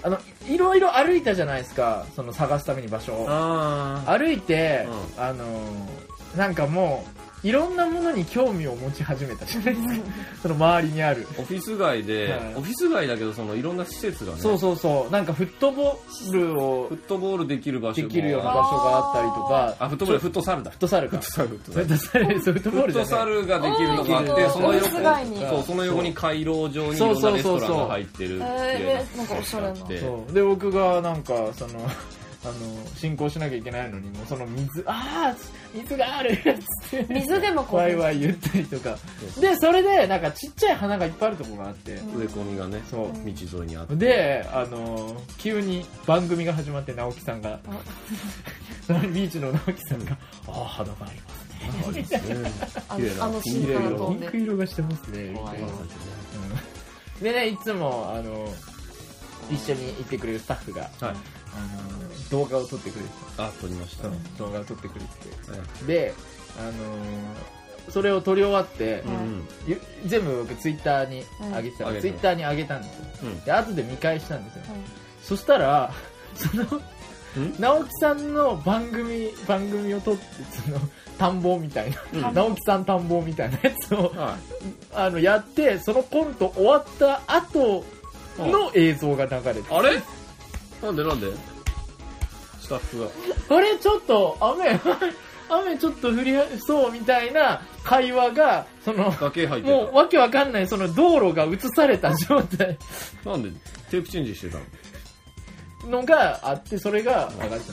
Speaker 2: あの、いいろいろ歩いたじゃないですか、その探すために場所を。
Speaker 1: あ
Speaker 2: 歩いて、あのーなんかもういろんなものに興味を持ち始めたじゃないですか。その周りにある。
Speaker 1: オフィス街で、
Speaker 2: はい
Speaker 1: オフィス街だけどそのいろんな施設がね
Speaker 2: そうそうそう。なんかフットボールを
Speaker 1: フットボールできる場所
Speaker 2: で
Speaker 1: も
Speaker 2: きるような場所があったりとか、
Speaker 1: あフットボールフットサルだ
Speaker 2: フットサルか。
Speaker 1: サルフ
Speaker 2: フットサル、フットボール
Speaker 1: ッ
Speaker 2: じゃ
Speaker 1: ト
Speaker 2: な
Speaker 1: サ
Speaker 2: い。
Speaker 1: ルができるのがあっ
Speaker 3: お
Speaker 1: て
Speaker 3: ー
Speaker 1: その横
Speaker 3: オフィス街に
Speaker 1: そうその横に回廊状にいろんなレストランが入ってる
Speaker 3: そうそうそうそうえーなんかおしゃれな
Speaker 1: っていう
Speaker 2: そう。で、僕がなんか、その、あの、進行しなきゃいけないのに、もうその水、ああ水があるつって。
Speaker 3: 水でもこう
Speaker 2: ワイワイ言ったりとか。で、それで、なんかちっちゃい花がいっぱいあるところがあって。
Speaker 1: 植え込みがね
Speaker 2: そう。
Speaker 1: 道沿いにあって
Speaker 2: で、あのー急に番組が始まって直樹さんがビーチの直樹さんが「ああ肌がありますね
Speaker 1: ありますね
Speaker 3: あ
Speaker 1: 綺麗な
Speaker 3: のあのシ
Speaker 1: 綺
Speaker 3: ー
Speaker 1: 麗
Speaker 3: ンか
Speaker 1: な
Speaker 3: ら飛
Speaker 2: ピ
Speaker 3: ん
Speaker 2: ン
Speaker 3: で
Speaker 2: ク色がしてますね」み
Speaker 3: わ
Speaker 2: たい
Speaker 3: かり
Speaker 2: な
Speaker 3: ま
Speaker 2: うんでねいつもあのー一緒に行ってくれるスタッフが、
Speaker 1: はい
Speaker 2: あのー動画を撮ってくれて
Speaker 1: あ撮りました
Speaker 2: た
Speaker 1: ね
Speaker 2: 動画を撮ってくれてて
Speaker 1: はい
Speaker 2: で、あのーそれを撮り終わって、
Speaker 1: うん
Speaker 2: ゆ全部僕ツイッターに上げてた、
Speaker 1: うん
Speaker 2: ツイッターに上げたんですよ
Speaker 1: うん
Speaker 2: で後で見返したんですよ、
Speaker 3: はい
Speaker 2: そしたら [LAUGHS] その
Speaker 1: ん
Speaker 2: 直樹さんの番組番組を撮ってその田んぼみたいな、
Speaker 1: うん
Speaker 2: 直樹さん田んぼみたいなやつを [LAUGHS]
Speaker 1: は
Speaker 2: あのやってそのコント終わった後の映像が流れて、
Speaker 1: いあれなんでなんでスタッフが
Speaker 2: あれちょっと雨 [LAUGHS] 雨ちょっと降りそうみたいな会話がその
Speaker 1: 崖入って
Speaker 2: もうわけわかんないその道路が映された状態
Speaker 1: たなんでテープチェンジしてたの
Speaker 2: のがあってそれが上がって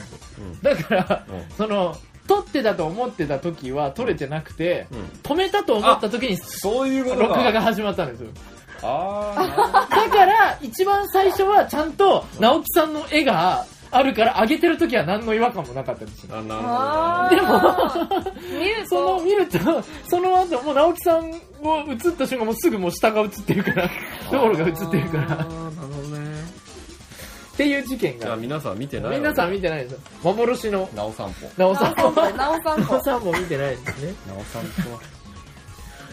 Speaker 2: なかっただから
Speaker 1: うん
Speaker 2: その撮ってたと思ってた時は撮れてなくて、
Speaker 1: うん
Speaker 2: 止めたと思った時に
Speaker 1: そういうこと
Speaker 2: 録
Speaker 1: か
Speaker 2: 画が始まったんですよ
Speaker 1: あ
Speaker 2: だから一番最初はちゃんと直樹さんの絵があるから上げてる時は何の違和感もなかったんです
Speaker 1: ー
Speaker 2: よ
Speaker 1: あなるほ
Speaker 3: あ
Speaker 1: ど
Speaker 3: ー見る
Speaker 2: その
Speaker 3: と
Speaker 2: 見ると [LAUGHS] その後もう直樹さんを映った瞬間もうすぐもう下が映ってるから道路が映ってるから
Speaker 1: あーなるほどね
Speaker 2: っていう事件
Speaker 1: じゃあ
Speaker 2: が
Speaker 1: 皆さん見てない
Speaker 2: 皆さん見てないですよ幻の
Speaker 1: なお散歩
Speaker 2: 直
Speaker 3: なお
Speaker 2: 樹さ
Speaker 3: さん
Speaker 2: ん
Speaker 3: ぽ
Speaker 2: も
Speaker 3: なおさんぽ
Speaker 2: 直樹さんも見てないですね
Speaker 1: なお散歩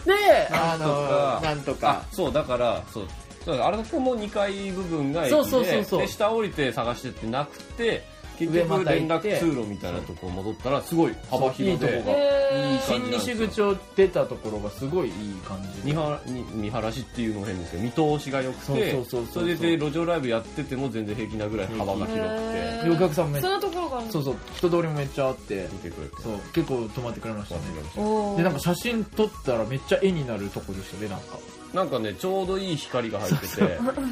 Speaker 2: で、
Speaker 1: な
Speaker 2: あ
Speaker 1: んとか
Speaker 2: の、なんとか
Speaker 1: あ。そうだからそうそうあれこも2階部分が駅で
Speaker 2: そうそうそうそう
Speaker 1: で下降りて探してってなくて結
Speaker 2: 上ま
Speaker 1: 局
Speaker 2: た行
Speaker 1: 連
Speaker 2: っ
Speaker 1: 絡
Speaker 2: て
Speaker 1: 通路みたいなとこ戻ったらすごい幅広
Speaker 2: そうい
Speaker 1: で
Speaker 2: いと
Speaker 3: こが
Speaker 1: いい
Speaker 2: 新
Speaker 1: 感じ
Speaker 2: 西
Speaker 1: なんです
Speaker 2: 口
Speaker 1: よ
Speaker 2: を出たところがすごいいい感じ
Speaker 1: 見
Speaker 2: で。
Speaker 1: は見見晴らしっていうのも変ですけど見通しが良くて
Speaker 2: そうそうそうそう
Speaker 1: それで路上ライブやってても全然平気なぐらい幅が広く
Speaker 3: へ
Speaker 1: て
Speaker 2: で
Speaker 3: ー
Speaker 2: お客さんもめっち
Speaker 3: そ
Speaker 2: ゃ、
Speaker 3: のところから
Speaker 2: そうそう、人通りもめっちゃあって、
Speaker 1: 見てくれて
Speaker 2: そう、結構止まってくれましたね。
Speaker 3: おー
Speaker 2: で、なんか写真撮ったらめっちゃ絵になるとこでしたね、なんか。
Speaker 1: なんかねちょうどいい光が入ってて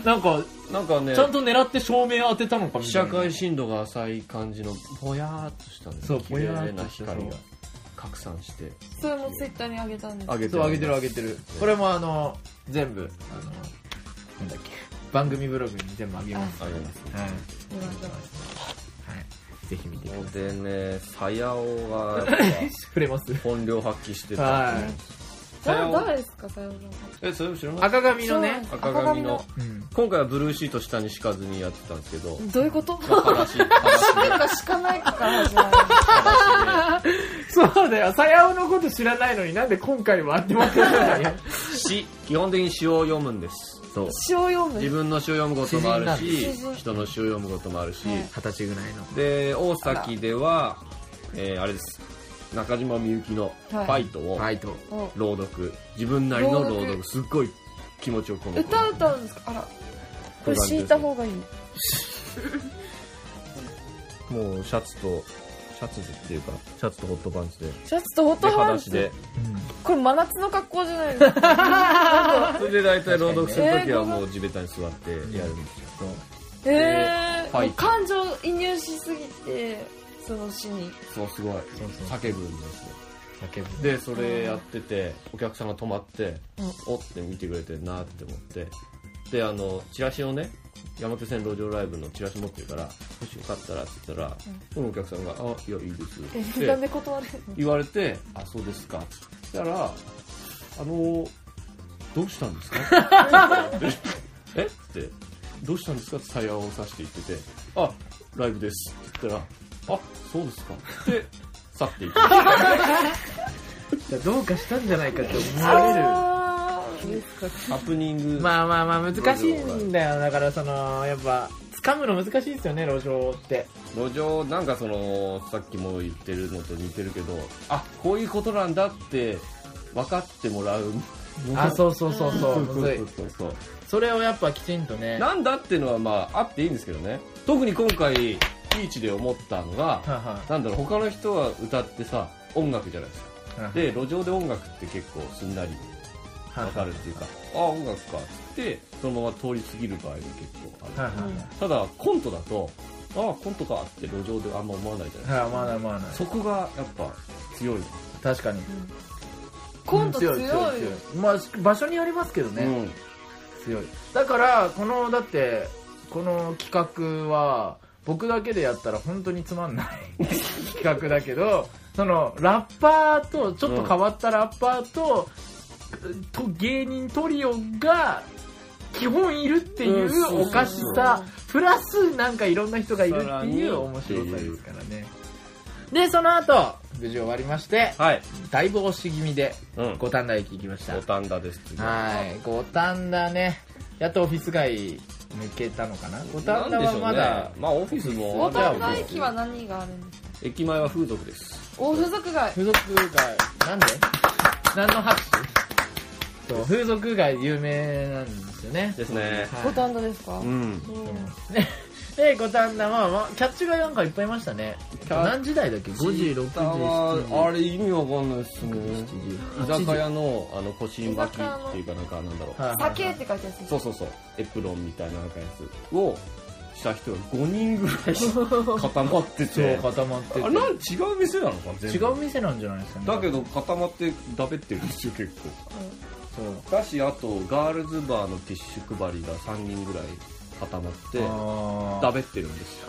Speaker 2: なんか、
Speaker 1: なんかね
Speaker 2: ちゃんと狙って照明当てたのかみ
Speaker 1: 被
Speaker 2: たい
Speaker 1: 写
Speaker 2: な。
Speaker 1: 界深度が浅い感じのぼやーっとしたね
Speaker 2: そう
Speaker 1: 綺麗
Speaker 2: ぼやー
Speaker 1: な
Speaker 2: っとした
Speaker 1: 光が拡散して
Speaker 3: それもツイッターにあげたんです
Speaker 1: 上げて
Speaker 2: そう、上げてる上げ
Speaker 1: て
Speaker 2: てる。これもあの、全部、あの、なんだっけ、番組ブログに全部上げます。
Speaker 1: あげます
Speaker 2: はい。
Speaker 3: 見ましょう
Speaker 2: ぜひ見てください。
Speaker 1: でね早尾が [LAUGHS] やっぱ
Speaker 2: 触れます
Speaker 1: 本領発揮してた
Speaker 2: はい。
Speaker 1: さよう
Speaker 3: だ誰ですかさよう
Speaker 1: えそれも知らない
Speaker 2: 赤髪のね、
Speaker 1: 赤髪の
Speaker 2: うん、
Speaker 1: 今回はブルーシート下に敷かずにやってたんですけど
Speaker 3: どういうこと
Speaker 1: 裸足裸足で
Speaker 3: なんかしかないから始まる
Speaker 1: 裸足
Speaker 2: そうだよ、さやおのこと知らないのになんで今回はあってもらったんだよ。
Speaker 1: で詩基本的に詩を読むんですそう
Speaker 3: 詩を読む
Speaker 1: 自分の詩を読むこともあるし
Speaker 3: 詩人なんだ
Speaker 1: 人の詩を読むこともあるし、
Speaker 3: はい
Speaker 2: 二十歳ぐらいの。
Speaker 1: で大崎ではえーあれです中島みゆきの「フ
Speaker 3: は
Speaker 1: ァ
Speaker 3: い
Speaker 1: イト」を
Speaker 2: ファイト。
Speaker 3: お
Speaker 1: 朗読自分なりの朗
Speaker 3: 朗
Speaker 1: 読
Speaker 3: 読
Speaker 1: すっごい気持ちを込めて
Speaker 3: 歌歌うんですかあらこれ敷いた方がいい
Speaker 1: もうシャツとシャツっていうかシャツとホットパンツで
Speaker 3: シャツとホッ
Speaker 1: で
Speaker 3: ト
Speaker 1: 裸
Speaker 3: パン
Speaker 1: 足
Speaker 3: ツ
Speaker 1: で
Speaker 3: これ真夏の格好じゃないですか
Speaker 1: それで大体朗読するときはもう地べたに座ってやるんですよ
Speaker 3: えー、
Speaker 1: は
Speaker 3: も
Speaker 1: いう
Speaker 3: 感情移入しすぎてその詩に
Speaker 1: そうすごい叫ぶんですよ
Speaker 2: 叫ぶ。
Speaker 1: でそれやっててお客さんが止まって
Speaker 3: うん
Speaker 1: おって見てくれてるなって思ってであのチラシをね山手線路上ライブのチラシ持ってるからもしよかったらって言ったらそのお客さんが「あいやいいです」って
Speaker 3: えなんで断れるの
Speaker 1: 言われて「あそうですか」そしたら「あのどうしたんですか?
Speaker 3: [LAUGHS]
Speaker 1: って」えって「どうしたんですか?」ってタイヤを指して言ってて「あライブです」って言ったら「あそうですか」って去っていく
Speaker 2: じゃあどうかしたんじゃないかって思わ
Speaker 3: あー
Speaker 1: ハプニン
Speaker 2: れ
Speaker 1: グ、
Speaker 2: る。まあまあまあ難しいんだよ。だからその、やっぱ掴むの難しいですよね、路上って。
Speaker 1: 路上なんかそのさっきも言ってるのと似てるけどあこういうことなんだって分かってもらう
Speaker 2: あ、
Speaker 1: う
Speaker 2: そうそうそうそう、
Speaker 1: そ
Speaker 2: む
Speaker 1: うそ
Speaker 2: ず
Speaker 1: う
Speaker 2: い。
Speaker 1: そうそう
Speaker 2: それをやっぱきちんとね。
Speaker 1: なんだっていうのはまああっていいんですけどね特に今回ピーチで思ったのが
Speaker 2: はいは
Speaker 1: なんだろう他の人は歌ってさ音楽じゃないですか
Speaker 2: い。
Speaker 1: で路上で音楽って結構すんなり
Speaker 2: はい
Speaker 1: 分かるっていうかあ音楽かっつってそのまま通り過ぎる場合が結構あ
Speaker 2: はい
Speaker 1: る
Speaker 2: はい
Speaker 1: ただコントだとあコントかって路上であんま思わないじゃないですか
Speaker 2: はい。はい、まだまだ。
Speaker 1: そこがやっぱ強いの
Speaker 2: 確かに。
Speaker 3: コント強いよ
Speaker 2: まあ、場所によりますけどね。
Speaker 1: うん
Speaker 2: 強いだからこのだってこの企画は僕だけでやったら本当につまんない
Speaker 1: [LAUGHS]
Speaker 2: 企画だけどそのラッパーとちょっと変わったラッパーと,、と芸人トリオが基本いるってい
Speaker 1: うんそうそう
Speaker 2: う
Speaker 1: そう
Speaker 2: おかしさ、プラスなんかいろんな人がいる
Speaker 1: さ
Speaker 2: っ
Speaker 1: ら
Speaker 2: て
Speaker 1: に
Speaker 2: いう面白さですからねでその後無事終わりまして
Speaker 1: はい
Speaker 2: だいぶ押し気味で
Speaker 1: うん
Speaker 2: 五反田駅行きました
Speaker 1: 五反田です次
Speaker 2: はい、五反田ね、やっとオフィス街抜けたのかな五
Speaker 1: な
Speaker 2: 反
Speaker 1: ん
Speaker 2: 田
Speaker 1: でし
Speaker 2: は
Speaker 1: ょうね
Speaker 2: まだ、
Speaker 1: まあオフィスも
Speaker 3: 大
Speaker 2: 五反
Speaker 3: 田
Speaker 2: 田
Speaker 3: の駅は何があるんですか
Speaker 1: 駅前は風俗です
Speaker 3: 大風俗街
Speaker 2: 風俗街、なんで何の拍手そう、風俗街有名なんですよね。
Speaker 1: ですね
Speaker 3: 五
Speaker 2: は
Speaker 3: 反田ですか
Speaker 1: うん
Speaker 2: い、でで、五反田は、まあ、キャッチがなんかいっぱいいましたね。
Speaker 1: キャッチ
Speaker 2: 何時台だっけ ?5 時、6時、7時。
Speaker 1: はあれ意味わかんないっすね
Speaker 2: 7
Speaker 1: 居
Speaker 2: 時
Speaker 1: 酒屋のあの腰巻きっていうかなんかなんだろう
Speaker 2: はいはい
Speaker 3: 酒って書いてある
Speaker 1: そうそうそうエプロンみたいななんかやつをした人が5人
Speaker 2: [LAUGHS]
Speaker 1: ぐらい固まって
Speaker 2: そう
Speaker 1: て
Speaker 2: 固まって
Speaker 1: あ
Speaker 2: て。
Speaker 1: れなん違う店なのか全
Speaker 2: 違
Speaker 1: 部
Speaker 2: う店なんじゃないですかね。
Speaker 1: だけど固まってだべってるんですよ結構
Speaker 2: そう。
Speaker 1: だしあとガールズバーのティッシュ配りが3人ぐらい固まって
Speaker 2: あー
Speaker 1: だべってるんですよ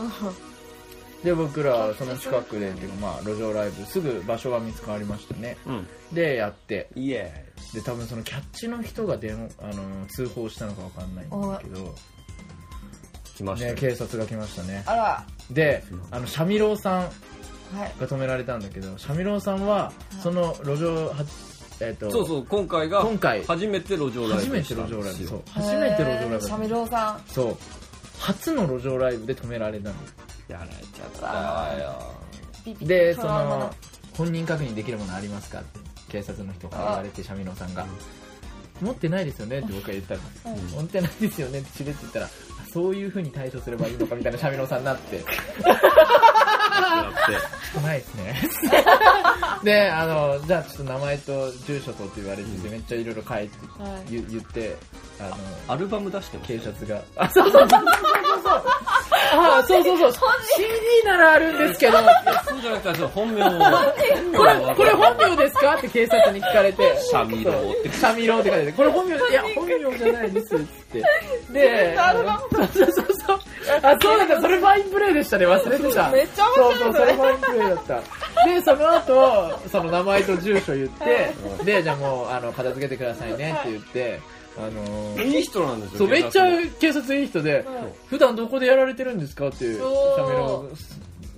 Speaker 2: で僕らその近くでっていうかまあ路上ライブすぐ場所が見つかりましたね
Speaker 1: うん
Speaker 2: でやって
Speaker 1: イエ
Speaker 2: で多分そのキャッチの人が電話あの通報したのかわかんないんですけど、
Speaker 1: ーイ来ました
Speaker 2: ね、
Speaker 1: ね
Speaker 2: 警察が来ましたね
Speaker 3: あら
Speaker 2: であの三味郎さん
Speaker 3: はい
Speaker 2: が止められたんだけど三味郎さんはその路上はえっ、と
Speaker 1: そうそう今回が
Speaker 2: 今回
Speaker 1: 初めて路上ライ
Speaker 2: 初め
Speaker 1: ブ
Speaker 2: て
Speaker 1: した
Speaker 2: 路
Speaker 1: ん
Speaker 2: 上ライブ
Speaker 1: です
Speaker 2: そう
Speaker 1: よ
Speaker 2: 初めて路上ライブ
Speaker 3: シャミローさん
Speaker 2: そう初の路上ライブで止められたの
Speaker 1: やられちゃったよ
Speaker 3: ピピ
Speaker 2: で
Speaker 3: ト
Speaker 2: そ
Speaker 3: ラウマな
Speaker 2: の本人確認できるものありますかって警察の人から言われてシャミロさんが「持ってないですよね」って僕が言ったら「
Speaker 3: うん
Speaker 2: 持ってないですよね」ってしれって言ったらあそういうふうに対処すればいいのかみたいなシャミロさんになって
Speaker 1: ってなって
Speaker 2: [LAUGHS] 「ないですね」であの「じゃあちょっと名前と住所と」って言われててめっちゃいろいろ書いて
Speaker 3: はい
Speaker 2: 言言ってあの
Speaker 1: アルバム出してま
Speaker 2: 警
Speaker 1: す
Speaker 2: 察が。あ、そうそうそうそうそう。 [LAUGHS] あ、そうそうそう。CD ならあるんですけど、
Speaker 1: そうじゃなくてそう本名を
Speaker 2: これ、これ本名ですかって警察に聞かれて。
Speaker 1: シャミローって
Speaker 2: シャミローって書いてて、これ本名、いや、本名じゃないですって。で、
Speaker 3: アルバ
Speaker 2: そうそうそう。あ、そうだった、それファインプレーでしたね、忘れてた。
Speaker 3: めっちゃ面白
Speaker 2: そ
Speaker 3: い
Speaker 2: うそう、それファインプレーだった。で、その後、その名前と住所言って、で、じゃあもう、あの、片付けてくださいねって言って、あのー
Speaker 1: いい人なんですよ
Speaker 2: そう、めっちゃ
Speaker 1: 警察
Speaker 2: 警察いい人で、普段どこでやられてるんですかっていう、シ
Speaker 3: おー
Speaker 2: ャメロ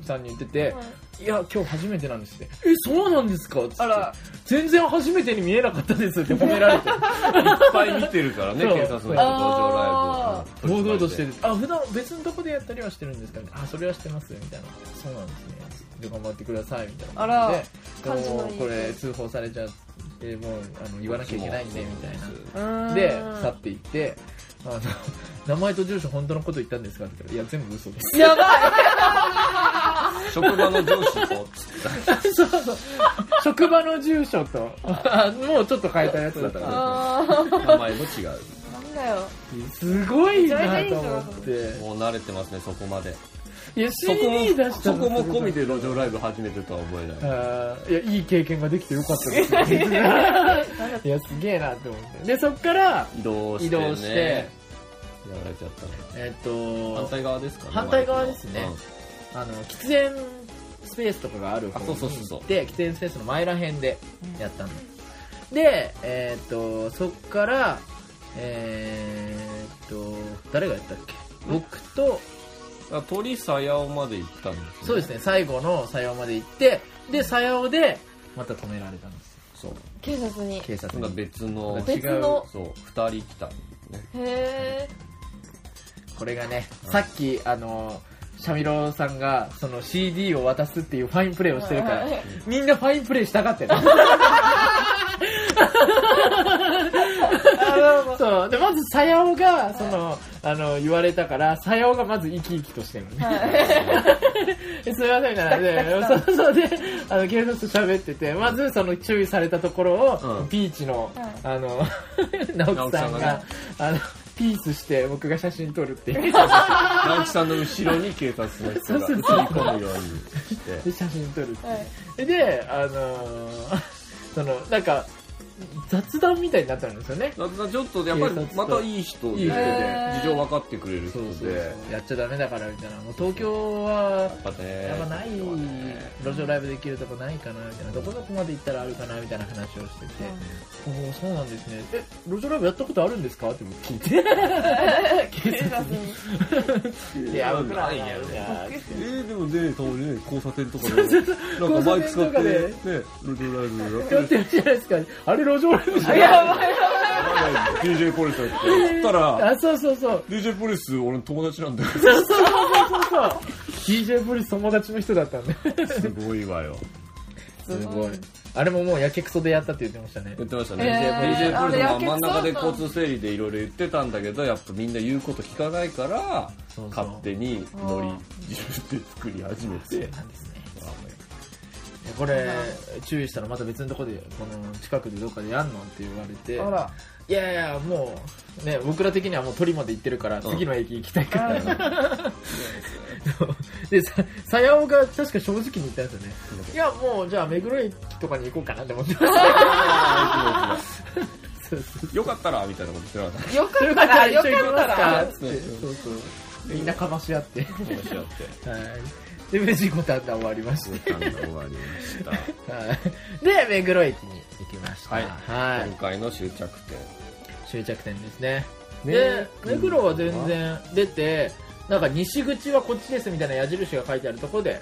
Speaker 2: さんに言ってて、
Speaker 3: はい
Speaker 2: いや、今日初めてなんですって。え、そうなんですかつって
Speaker 3: あら
Speaker 2: 全然初めてに見えなかったですって褒めら [LAUGHS] れて。
Speaker 1: いっぱい見てるからね
Speaker 2: そう
Speaker 1: 警察の人登場ライブ
Speaker 2: 堂々としてる。あ、普段別のとこでやったりはしてるんですかあ、それはしてますみたいな。そうなんですね。じゃあ頑張ってくださいみたいな。
Speaker 3: あら
Speaker 2: で、
Speaker 3: 感じ
Speaker 2: も
Speaker 3: の
Speaker 2: う
Speaker 3: いい
Speaker 2: これ通報されちゃって、もうあの言わなきゃいけないんで、みたいな。
Speaker 3: うーん
Speaker 2: で、去っていって、あの、名前と住所本当のこと言ったんですかって言ったら、いや、全部嘘です。
Speaker 3: やばい
Speaker 1: 職場の上司と
Speaker 2: そうそう。職場の住所と、あもうちょっと変えたやつだったから。
Speaker 3: あー
Speaker 1: 名前も違う
Speaker 3: なんだよ
Speaker 2: すごいなと思って。
Speaker 1: もう慣れてますねそこまで
Speaker 2: いや、
Speaker 1: そこ
Speaker 2: CD 出
Speaker 1: も
Speaker 2: した
Speaker 1: そ
Speaker 2: の
Speaker 1: こも込みで路上ライブ始めてとは思えない
Speaker 2: あーいや、いい経験ができてよかったですね。いや、すげえなって思って。で、そっから、
Speaker 1: 移動して
Speaker 2: 移
Speaker 1: ね
Speaker 2: 動して、
Speaker 1: やられちゃったね
Speaker 2: えっ
Speaker 1: 反
Speaker 2: と、
Speaker 1: 対側ですかね
Speaker 2: 反対側ですね
Speaker 1: うん
Speaker 2: あの、喫煙スペースとかがある方に
Speaker 1: あそうそうそうそう
Speaker 2: 行って、喫煙スペースの前ら辺でやったんです。で、えっと、そっから、えっと、誰がやったっけ僕と、
Speaker 1: あ鳥さやおまで行ったんですね
Speaker 2: そうですね、最後のさやまで行って、で、さやおで、また止められたんですよ。
Speaker 1: そう
Speaker 3: 警察にへ
Speaker 2: 警察
Speaker 1: 今度は
Speaker 2: に。
Speaker 1: 別の
Speaker 2: 違う
Speaker 3: 別の
Speaker 1: そう2人来たんですね
Speaker 3: え
Speaker 2: これがね、さっき、あの、シャミロさんが、その CD を渡すっていうファインプレーをしてるから
Speaker 3: はい、
Speaker 2: みんなファインプレーしたがってる。そう。で、まず、さやおが、その、あの、言われたから、さやおがまず生き生きとしてるのね。えすいませんみたいな。で、そうそうで、あの、警察と喋ってて、まずその注意されたところを、
Speaker 1: うん
Speaker 2: ビーチの、
Speaker 3: はい
Speaker 2: あ
Speaker 1: [LAUGHS]
Speaker 2: の、直
Speaker 1: 直
Speaker 2: 樹
Speaker 1: 樹
Speaker 2: さ
Speaker 1: さ
Speaker 2: ん
Speaker 1: ん
Speaker 2: が、
Speaker 1: がね
Speaker 2: あの、ピースして僕が写真撮るって
Speaker 1: [LAUGHS]
Speaker 2: いう。
Speaker 1: 直樹さんの後ろに警察の人が
Speaker 2: そ
Speaker 1: 切
Speaker 2: う
Speaker 1: り
Speaker 2: そうそう
Speaker 1: 込むようにして。
Speaker 2: で、写真撮るっていう
Speaker 3: は。い
Speaker 2: で、あのーその、なんか、雑談みたいになったんですよね。
Speaker 1: だからちょっとやっぱりまたいい人
Speaker 2: いい
Speaker 1: で
Speaker 2: 人
Speaker 3: で
Speaker 1: 事情分かってくれる人で
Speaker 2: やっちゃダメだからみたいな。もう東京は、
Speaker 1: やっぱね
Speaker 2: やっぱない、路上ライブできるとこないかなみたいな、どこどこまで行ったらあるかなみたいな話をしてて、おお、そうなんですね。え、路上ライブやったことあるんですかって僕聞いて。
Speaker 3: 警察に
Speaker 2: いや、僕らはないよ。
Speaker 1: えー、でもね、たまにね、交差点とかで、なんかバイク使って、ね、路上ライブやって
Speaker 2: やって
Speaker 1: る人
Speaker 2: るじゃないですか。あれ路上ライブじゃない
Speaker 1: DJ ポリスやってる、ったら、
Speaker 2: あ、そうそうそう。
Speaker 1: DJ ポリス、俺の友達なんだよ。
Speaker 2: そうそうそうそう。DJ ポリス友達の人だったんで。
Speaker 1: すごいわよ。
Speaker 2: すごい。あれももうやけくそでやったって言ってましたね
Speaker 1: 言。ってましたね。
Speaker 3: え
Speaker 1: DJ
Speaker 3: ー
Speaker 1: ポリス
Speaker 3: あ
Speaker 1: が
Speaker 3: れ
Speaker 1: 真ん中で
Speaker 3: やけくそだった
Speaker 1: 交通整理でいろいろ言ってたんだけど、やっぱみんな言うこと聞かないから、
Speaker 2: そうそう
Speaker 1: 勝手にノリ、自分で作り始めて。
Speaker 2: なんですね。これ、注意したらまた別のとこで、この近くでどっかでやんのって言われて。
Speaker 3: あら
Speaker 2: いやいや、もう、ね、僕ら的にはもう鳥まで行ってるから、
Speaker 1: うん
Speaker 2: 次の駅行きたい
Speaker 3: [LAUGHS]
Speaker 2: から。で、さ、さやおが確か正直に言ったんですよね。いや、もう、じゃあ、目黒駅とかに行こうかなって思
Speaker 3: [LAUGHS]
Speaker 2: ってまし
Speaker 1: あ
Speaker 2: た。そうそう
Speaker 1: ーよかったら、みたいなこと言ってなかった。
Speaker 3: よかったらよかったら
Speaker 2: つってそうそう。みんなかまし合って。は
Speaker 1: 面白くて。
Speaker 2: い。で、無事5段段終わりまし
Speaker 1: 終わりました。
Speaker 2: た。はい。で、目黒駅に行きました。
Speaker 1: はい
Speaker 2: はい
Speaker 1: 今。回の終着点。
Speaker 2: 終着点ですね。
Speaker 1: ね
Speaker 2: で、目黒は全然出て、なんか西口はこっちですみたいな矢印が書いてあるところで、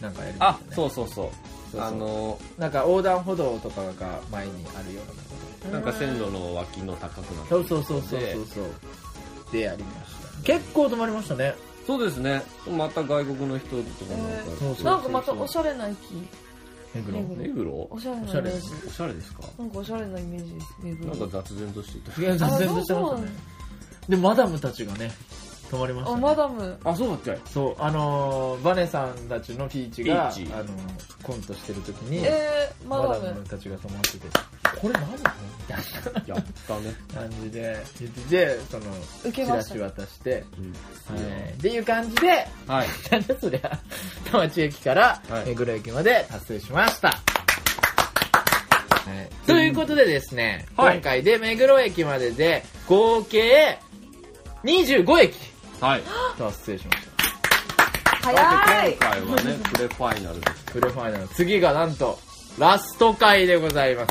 Speaker 2: なんかやりま
Speaker 1: あ
Speaker 2: した、ね。
Speaker 1: そうそうそう。
Speaker 2: そうそう
Speaker 1: あの
Speaker 2: なんか横断歩道とかが前にあるようなところ
Speaker 1: なんか線路の脇の高くなって
Speaker 2: そうそうそうそうそうそう。で、やりました。結構止まりましたね。
Speaker 1: そうですねまた外国の人とかなんか
Speaker 3: えー
Speaker 2: そうそう
Speaker 3: なんかまたおしゃれな駅
Speaker 2: 目黒。
Speaker 1: 目黒
Speaker 3: お
Speaker 1: お
Speaker 3: しゃれなイメージ
Speaker 1: しゃれですか
Speaker 3: なんかおしゃれなイメージですね
Speaker 1: なんか雑然としてい
Speaker 2: いや、全然してま
Speaker 3: あ
Speaker 2: し
Speaker 3: そう
Speaker 2: た
Speaker 3: な
Speaker 2: ね
Speaker 3: ん。
Speaker 2: で、マダムたちがね、止まりました、
Speaker 3: あ
Speaker 2: ね。
Speaker 3: マダム
Speaker 1: たあそうだっけ
Speaker 2: そう、あのーバネさんたちのピーチが、あの
Speaker 1: ピーチ
Speaker 2: ーコントしてる時に、
Speaker 3: えー、マ
Speaker 2: マ
Speaker 3: ダ
Speaker 2: ダム
Speaker 3: ム
Speaker 2: たちが止まってて、これ何みたいな。
Speaker 1: やった
Speaker 2: [LAUGHS]
Speaker 1: ね
Speaker 2: 感じで言っててその
Speaker 3: 受け
Speaker 2: チ
Speaker 3: ま
Speaker 2: ラ
Speaker 3: し
Speaker 2: シ
Speaker 3: た
Speaker 2: 渡して、はい、
Speaker 1: い
Speaker 2: っていう感じで
Speaker 1: はい
Speaker 2: [LAUGHS] なんだそりゃ田町駅から
Speaker 1: はい
Speaker 2: 目黒駅まで達成しました、はい、ということでですね、
Speaker 1: はい
Speaker 2: 今回で目黒駅までで合計25駅
Speaker 1: はい
Speaker 2: 達成しまし
Speaker 3: 早
Speaker 1: 今
Speaker 3: い
Speaker 1: 回はねプレファイナルです
Speaker 2: たプレファイナル次がなんとラスト回でございます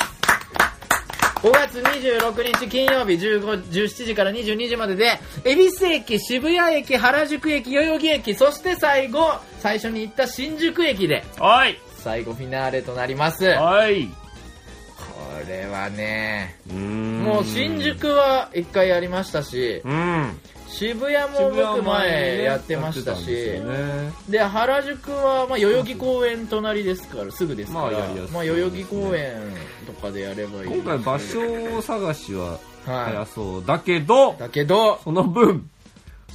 Speaker 2: 5月26日金曜日15 17時から22時までで、恵比寿駅、渋谷駅、原宿駅、代々木駅、そして最後、最初に行った新宿駅で、
Speaker 1: はい
Speaker 2: 最後フィナーレとなります。
Speaker 1: はい
Speaker 2: これはね、も
Speaker 1: も
Speaker 2: う新宿は一回やりましたし、
Speaker 1: うん
Speaker 2: 渋谷も僕前やってましたし、で原宿はまあ代々木公園隣ですから、すぐですから、
Speaker 1: まあやりやすい
Speaker 2: まあ代々木公園とかでやればいい。
Speaker 1: 今回場所探しは
Speaker 2: は
Speaker 1: 早そうだけ
Speaker 2: い。
Speaker 1: ど
Speaker 2: だけど、
Speaker 1: その分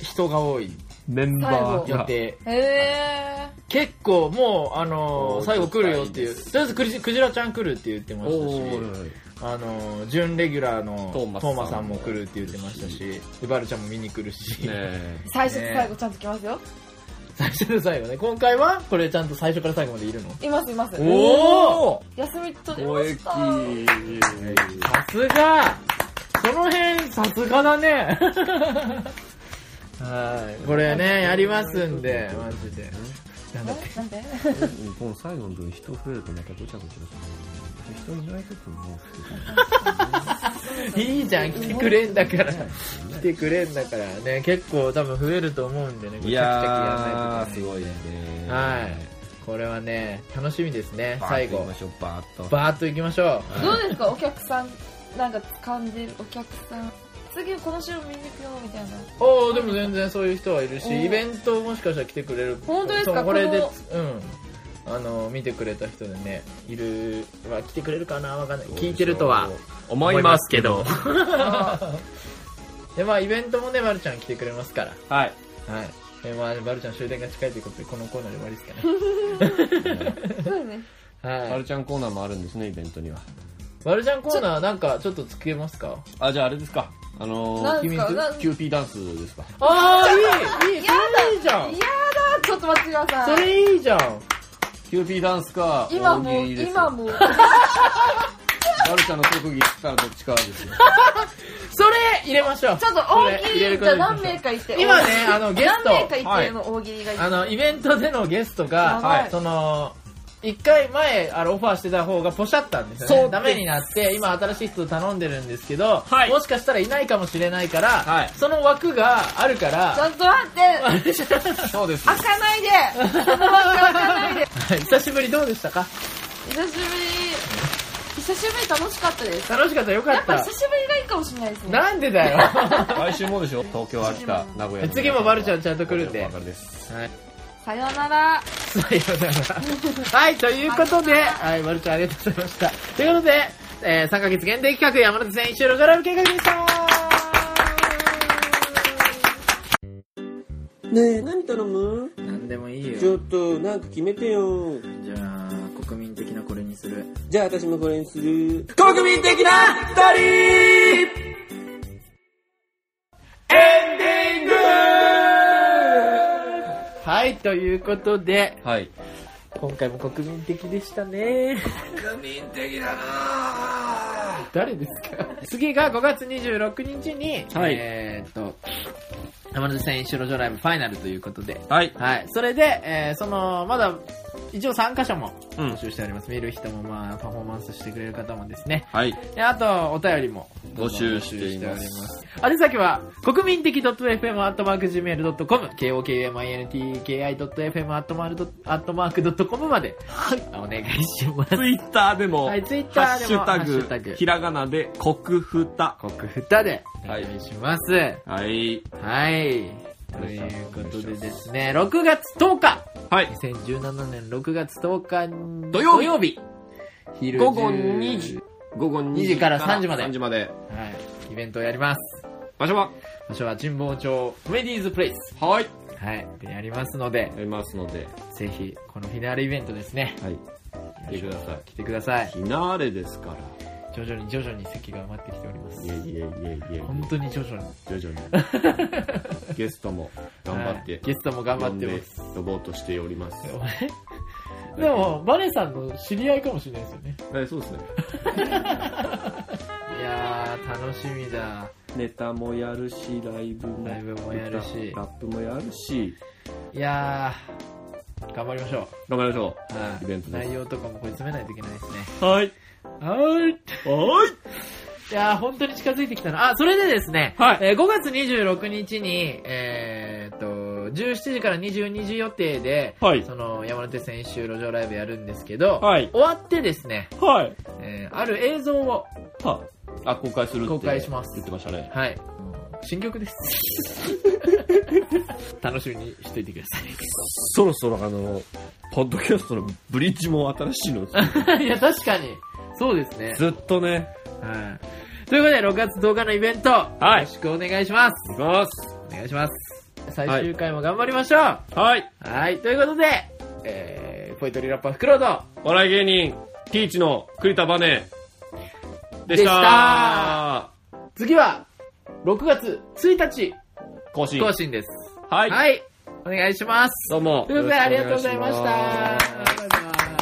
Speaker 2: 人が多い
Speaker 1: メンバー
Speaker 2: 予
Speaker 1: が
Speaker 2: 定。
Speaker 3: え
Speaker 2: 結構もう、あの
Speaker 1: お
Speaker 2: ー
Speaker 1: ー
Speaker 2: 最後来るよっていう、
Speaker 1: 期待
Speaker 2: とりあえずクジクジラちゃん来るって言ってま
Speaker 1: お
Speaker 2: したし、
Speaker 1: ー
Speaker 2: あのー準レギュラーのト
Speaker 1: ト
Speaker 2: ーマ
Speaker 1: ーマ
Speaker 2: さ
Speaker 1: さ
Speaker 2: ん
Speaker 1: ん
Speaker 2: も来るって言ってましたし、でバルちゃんも見に来るし、
Speaker 1: ねえ
Speaker 3: ー、最初と
Speaker 2: ね
Speaker 3: 最後ちゃんと来ますよ
Speaker 2: [LAUGHS] 最初で最後ね、今回はこれちゃんと最初から最後までいるの
Speaker 3: いますいます
Speaker 2: お
Speaker 1: お
Speaker 3: 休み取りま
Speaker 1: おえ
Speaker 3: し
Speaker 1: き
Speaker 3: た
Speaker 2: さすがその辺さすがだ [LAUGHS] ねはい。これね、やりますんで、マジで。なんだっけ
Speaker 3: なんで
Speaker 1: この最後の分人増えるとまたごちゃごちゃする人いない時も
Speaker 2: いいじゃん、来てくれんだから。来てくれんだからね、結構多分増えると思うんでね、これチャキチャキやらないといけない
Speaker 1: ごいね
Speaker 2: はい。これはね、楽しみですね、最
Speaker 1: 最後
Speaker 2: 後
Speaker 1: ま。しょうバーッと
Speaker 2: バーッと行きましょ
Speaker 3: どうですかお客さんなんか掴んでるお客さん次この週見に来ようみたいな
Speaker 2: おおでも全然そういう人はいる
Speaker 3: お
Speaker 2: し
Speaker 3: ー
Speaker 2: イベントもしかしたら来てくれる
Speaker 3: 本当ですか
Speaker 2: そうこれで
Speaker 3: こ
Speaker 2: うんあの見てくれた人でねいるは来てくれるかなわかんない聞いてるとは
Speaker 1: 思いますけど。
Speaker 2: [LAUGHS] でまあイベントもねまるちゃん来てくれますから
Speaker 1: はい。
Speaker 2: はいえまあまるちゃん終電が近いということでこのコーナーで終わりです
Speaker 3: [LAUGHS] そうですね
Speaker 2: かねは
Speaker 1: マル
Speaker 2: い
Speaker 1: ちゃんコーナーもあるんですね、イベントには。
Speaker 2: まるちゃんコーナーなんかちょっとつけますか
Speaker 1: あ、じゃああれですか。あの
Speaker 3: な
Speaker 1: ー、
Speaker 3: んですか
Speaker 2: 君
Speaker 3: なん
Speaker 1: キューピーダンスですか。
Speaker 2: ああいいいい
Speaker 3: や
Speaker 2: そ
Speaker 3: だ
Speaker 2: れいいじゃん
Speaker 3: いやだちょっと待ってくだ
Speaker 2: そ
Speaker 3: さい
Speaker 2: れいいじゃん
Speaker 1: キューピーダンスか、
Speaker 3: 今も
Speaker 1: 大喜利ですよ
Speaker 2: [LAUGHS]
Speaker 3: 今。も
Speaker 1: マルちゃんの特技したらどっちかですよ。
Speaker 3: [LAUGHS]
Speaker 2: それ入れましょう
Speaker 3: ちょっと大喜利じゃあ何名かいて
Speaker 2: 今ねあのゲスト
Speaker 3: 何名かいての大喜利がいて
Speaker 2: あの、イベントでのゲスト
Speaker 3: や
Speaker 2: が、
Speaker 3: ばい
Speaker 2: はいその、一回前、あの、オファーしてた方がポシャったんですよ
Speaker 1: そう
Speaker 2: ね。ダメになって、今新しい人頼んでるんですけど、
Speaker 1: はい
Speaker 2: もしかしたらいないかもしれないから、
Speaker 1: はい
Speaker 2: その枠があるか
Speaker 3: ちょ
Speaker 2: ら、
Speaker 3: っと待って
Speaker 1: そうです。
Speaker 3: 開かないでその枠開かな
Speaker 2: [LAUGHS]
Speaker 3: いで
Speaker 2: はい久しぶりどうでしたか
Speaker 3: 久しぶり久しぶり楽しかったです
Speaker 2: 楽しかったよか
Speaker 3: やっ
Speaker 2: っ
Speaker 3: ぱ
Speaker 2: た
Speaker 3: 久。しぶりがいいかもしれないですね
Speaker 2: なんでだよ。は
Speaker 1: 来週もでしょ東京、秋田、名古屋。
Speaker 2: 次もバルちゃんちゃんと来るんで
Speaker 1: お別れです。
Speaker 2: い。
Speaker 3: さよなら
Speaker 2: さようなら。はい、ということで、はい、まるちゃんありがとうございました。ということで、えー、3ヶ月限定企画、山手線一周ロガラム計画でした
Speaker 5: ねえ何頼む
Speaker 2: なんでもいい
Speaker 5: ちょっとなんか決めてよ
Speaker 2: じゃあ国民的なこれにする
Speaker 5: じゃあ私もこれにする国民的な二人
Speaker 2: はいということで
Speaker 1: はい。
Speaker 2: 今回も国民的でしたね
Speaker 1: 国民的だな
Speaker 2: 誰ですか次が5月26日に、
Speaker 1: はい
Speaker 2: えーっと山手線白女ライブファイナルということで
Speaker 1: はい。
Speaker 2: はいそれで、えーそのまだ一応3箇所も
Speaker 1: うん
Speaker 2: 募集しております、見る人もまあパフォーマンスしてくれる方もですね
Speaker 1: はい。
Speaker 2: であとお便りも
Speaker 1: 募集していま。
Speaker 2: 募集しております宛先は、国民的 .fm.gmail.com、kokumintiki.fm.com まで、お願いします。
Speaker 1: ツイッターでも、
Speaker 2: はいツイッタ
Speaker 1: ハ
Speaker 2: ー
Speaker 1: ッ
Speaker 2: で
Speaker 1: シ
Speaker 2: も
Speaker 1: ュタ
Speaker 2: ハッシュタグ
Speaker 1: グ、ひらがなで、国ふた。
Speaker 2: 国ふたで、お
Speaker 1: は
Speaker 2: 願
Speaker 1: い
Speaker 2: いします。
Speaker 1: はい。
Speaker 2: はい。ということでですね、6月10日、
Speaker 1: はい。
Speaker 2: 2017年6月10日に
Speaker 1: 土曜日
Speaker 2: 昼10
Speaker 1: 午後2時。午後2
Speaker 2: 2時から3時まで
Speaker 1: 3時まで。
Speaker 2: はい、イベントをやります。
Speaker 1: 場所は
Speaker 2: 場所は神保町コメディーズプレイス。
Speaker 1: はい。
Speaker 2: はい、でやりますので
Speaker 1: や、りますので、
Speaker 2: ぜひ、このフィナーレイベントですね、
Speaker 1: はい。来てください。
Speaker 2: 来てください
Speaker 1: フ。ィナーレですから。
Speaker 2: 徐々に徐々に席が埋まってきております
Speaker 1: いえいえいえいえ。
Speaker 2: 本当に徐々に
Speaker 1: 徐々に。 [LAUGHS] ゲストも頑張って。
Speaker 2: はいゲストも頑張ってます
Speaker 1: 呼ぼうとしております。
Speaker 2: [LAUGHS] でもバネさんの知り合いかもしれないですよね
Speaker 1: え、そうですね。
Speaker 2: いやー楽しみだ
Speaker 1: ネタもやるし、ライブも。
Speaker 2: ライブもやるし
Speaker 1: ラップもやるし。
Speaker 2: いやー頑張りましょ
Speaker 1: 頑張りましょ
Speaker 2: う、は
Speaker 1: イベントです
Speaker 2: 内容とかもこれ詰めないといけないですね
Speaker 1: う。はい。
Speaker 2: はーい
Speaker 1: はい。
Speaker 2: いやー本当に近づいてきたなあそれでですね、
Speaker 1: はい
Speaker 2: えー5月26日にえーっと17時から22時予定で、
Speaker 1: はい
Speaker 2: その山手線一周路上ライブやるんですけど、
Speaker 1: はい
Speaker 2: 終わってですね、
Speaker 1: はい。
Speaker 2: えーある映像を
Speaker 1: はあ、公開するって
Speaker 2: 公開します
Speaker 1: 言ってましたね。
Speaker 2: はい。新曲です。 [LAUGHS] 楽しみにしていてくだ
Speaker 1: そろそろあの、ポッドキャストのブリッジも新しいの。
Speaker 2: [LAUGHS] さい。いや、確かに。そうですね。
Speaker 1: ずっとね。
Speaker 2: はい。ということで、6月10日のイベント、
Speaker 1: い
Speaker 2: よろしくお願いします。
Speaker 1: いきます。
Speaker 2: お願いします。最終回も頑張りましょう。は
Speaker 1: はい。
Speaker 2: い。ということで、えー、ポイトリラッパーフクロウド
Speaker 1: お笑い芸人、ティーチの栗田バネ
Speaker 2: で
Speaker 1: でし
Speaker 2: した
Speaker 1: た。
Speaker 2: 次は、6月1日
Speaker 1: 更新。
Speaker 2: 更新です。
Speaker 1: は。
Speaker 2: はいい。お願いします。
Speaker 1: どうも。
Speaker 2: ということで、ありがとうございました。
Speaker 1: よろしくお願いします
Speaker 2: バイバイ